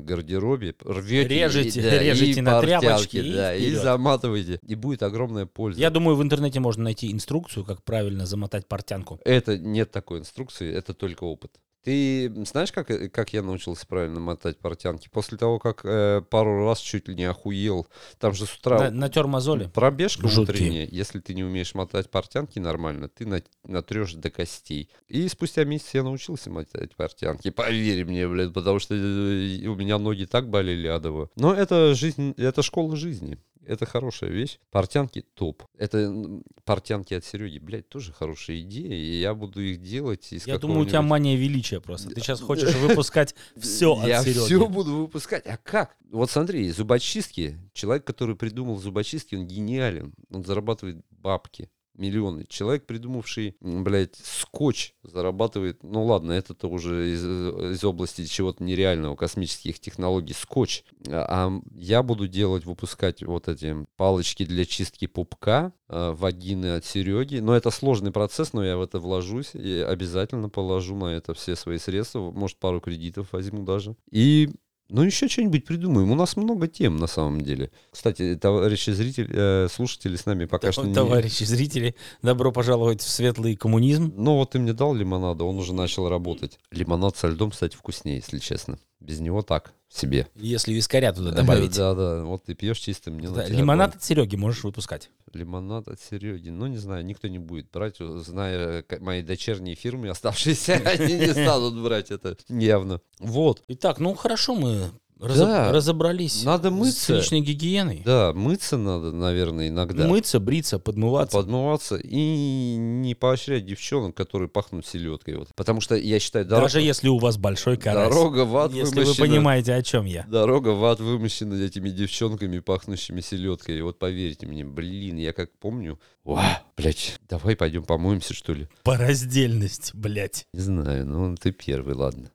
[SPEAKER 1] гардеробе, рвете и-
[SPEAKER 3] Режете,
[SPEAKER 1] да, и
[SPEAKER 3] режете на
[SPEAKER 1] портянки,
[SPEAKER 3] тряпочки и
[SPEAKER 1] да, и
[SPEAKER 3] вперед.
[SPEAKER 1] заматываете, и будет огромная польза.
[SPEAKER 3] Я думаю, в интернете можно найти инструкцию, как правильно замотать портянку.
[SPEAKER 1] Это нет такой инструкции, это только опыт. Ты знаешь, как, э, как я научился правильно мотать портянки? После того, как э, пару раз чуть ли не охуел, там же с утра
[SPEAKER 3] натер
[SPEAKER 1] Ну,
[SPEAKER 3] мозоли.
[SPEAKER 1] пробежка
[SPEAKER 3] Жуткие.
[SPEAKER 1] утренняя, если ты не умеешь мотать портянки нормально, ты на- натрешь до костей. И спустя месяц я научился мотать портянки, поверь мне, блядь, потому что э, у меня ноги так болели адово. Но это жизнь, это школа жизни. Это хорошая вещь. Портянки топ. Это м, портянки от Сереги, блядь, тоже хорошая идея. И я буду их делать из
[SPEAKER 3] Я думаю, у тебя
[SPEAKER 1] какого-нибудь-
[SPEAKER 3] мания величия просто. Ты сейчас
[SPEAKER 1] *laughs*
[SPEAKER 3] хочешь выпускать все от
[SPEAKER 1] я
[SPEAKER 3] Сереги.
[SPEAKER 1] все буду выпускать. А как? Вот смотри, зубочистки. Человек, который придумал зубочистки, он гениален. Он зарабатывает бабки. Миллионы. Человек, придумавший, м, блядь, скотч, зарабатывает, ну ладно, это-то уже из, э, из области чего-то нереального, космических технологий, скотч. А, а я буду делать, выпускать вот эти палочки для чистки пупка, э, вагины от Сереги. Но это сложный процесс, но я в это вложусь и обязательно положу на это все свои средства. Может, пару кредитов возьму даже. И ну, еще что-нибудь придумаем. У нас много тем на самом деле. Кстати, товарищи зрители, э, слушатели с нами пока что не...
[SPEAKER 3] Товарищи зрители, добро пожаловать в светлый коммунизм.
[SPEAKER 1] Ну, вот ты мне дал лимонада, он уже начал работать. Лимонад со льдом, кстати, вкуснее, если честно. Без него так, себе.
[SPEAKER 3] Если
[SPEAKER 1] *laughs*
[SPEAKER 3] вискаря туда добавить.
[SPEAKER 1] Да-да, вот ты пьешь чистым. не на
[SPEAKER 3] Да,
[SPEAKER 1] тебя
[SPEAKER 3] Лимонад от Сереги можешь выпускать.
[SPEAKER 1] Лимонад от Сереги. Ну, не знаю, никто не будет брать, э, зная к- мои дочерние фирмы, *laughs* оставшиеся, они
[SPEAKER 3] *laughs*
[SPEAKER 1] не станут брать это явно. Вот.
[SPEAKER 3] Итак, ну хорошо, мы разо-
[SPEAKER 1] Да.
[SPEAKER 3] разобрались
[SPEAKER 1] Надо
[SPEAKER 3] с
[SPEAKER 1] мыться.
[SPEAKER 3] личной гигиеной.
[SPEAKER 1] Да, мыться надо, наверное, иногда.
[SPEAKER 3] Мыться, бриться, подмываться.
[SPEAKER 1] Подмываться и не поощрять девчонок, которые пахнут селедкой. Вот. Потому что я считаю, дор-
[SPEAKER 3] Даже если у вас большой карась.
[SPEAKER 1] дорога в ад
[SPEAKER 3] Если вы
[SPEAKER 1] вымощена-
[SPEAKER 3] понимаете, о чем я.
[SPEAKER 1] Дорога в ад вымощена этими девчонками, пахнущими селедкой. И вот поверьте мне, блин, я как помню. Уа, блядь, давай пойдем помоемся, что ли.
[SPEAKER 2] По раздельность, блядь.
[SPEAKER 1] Не знаю, ну ты первый, ладно.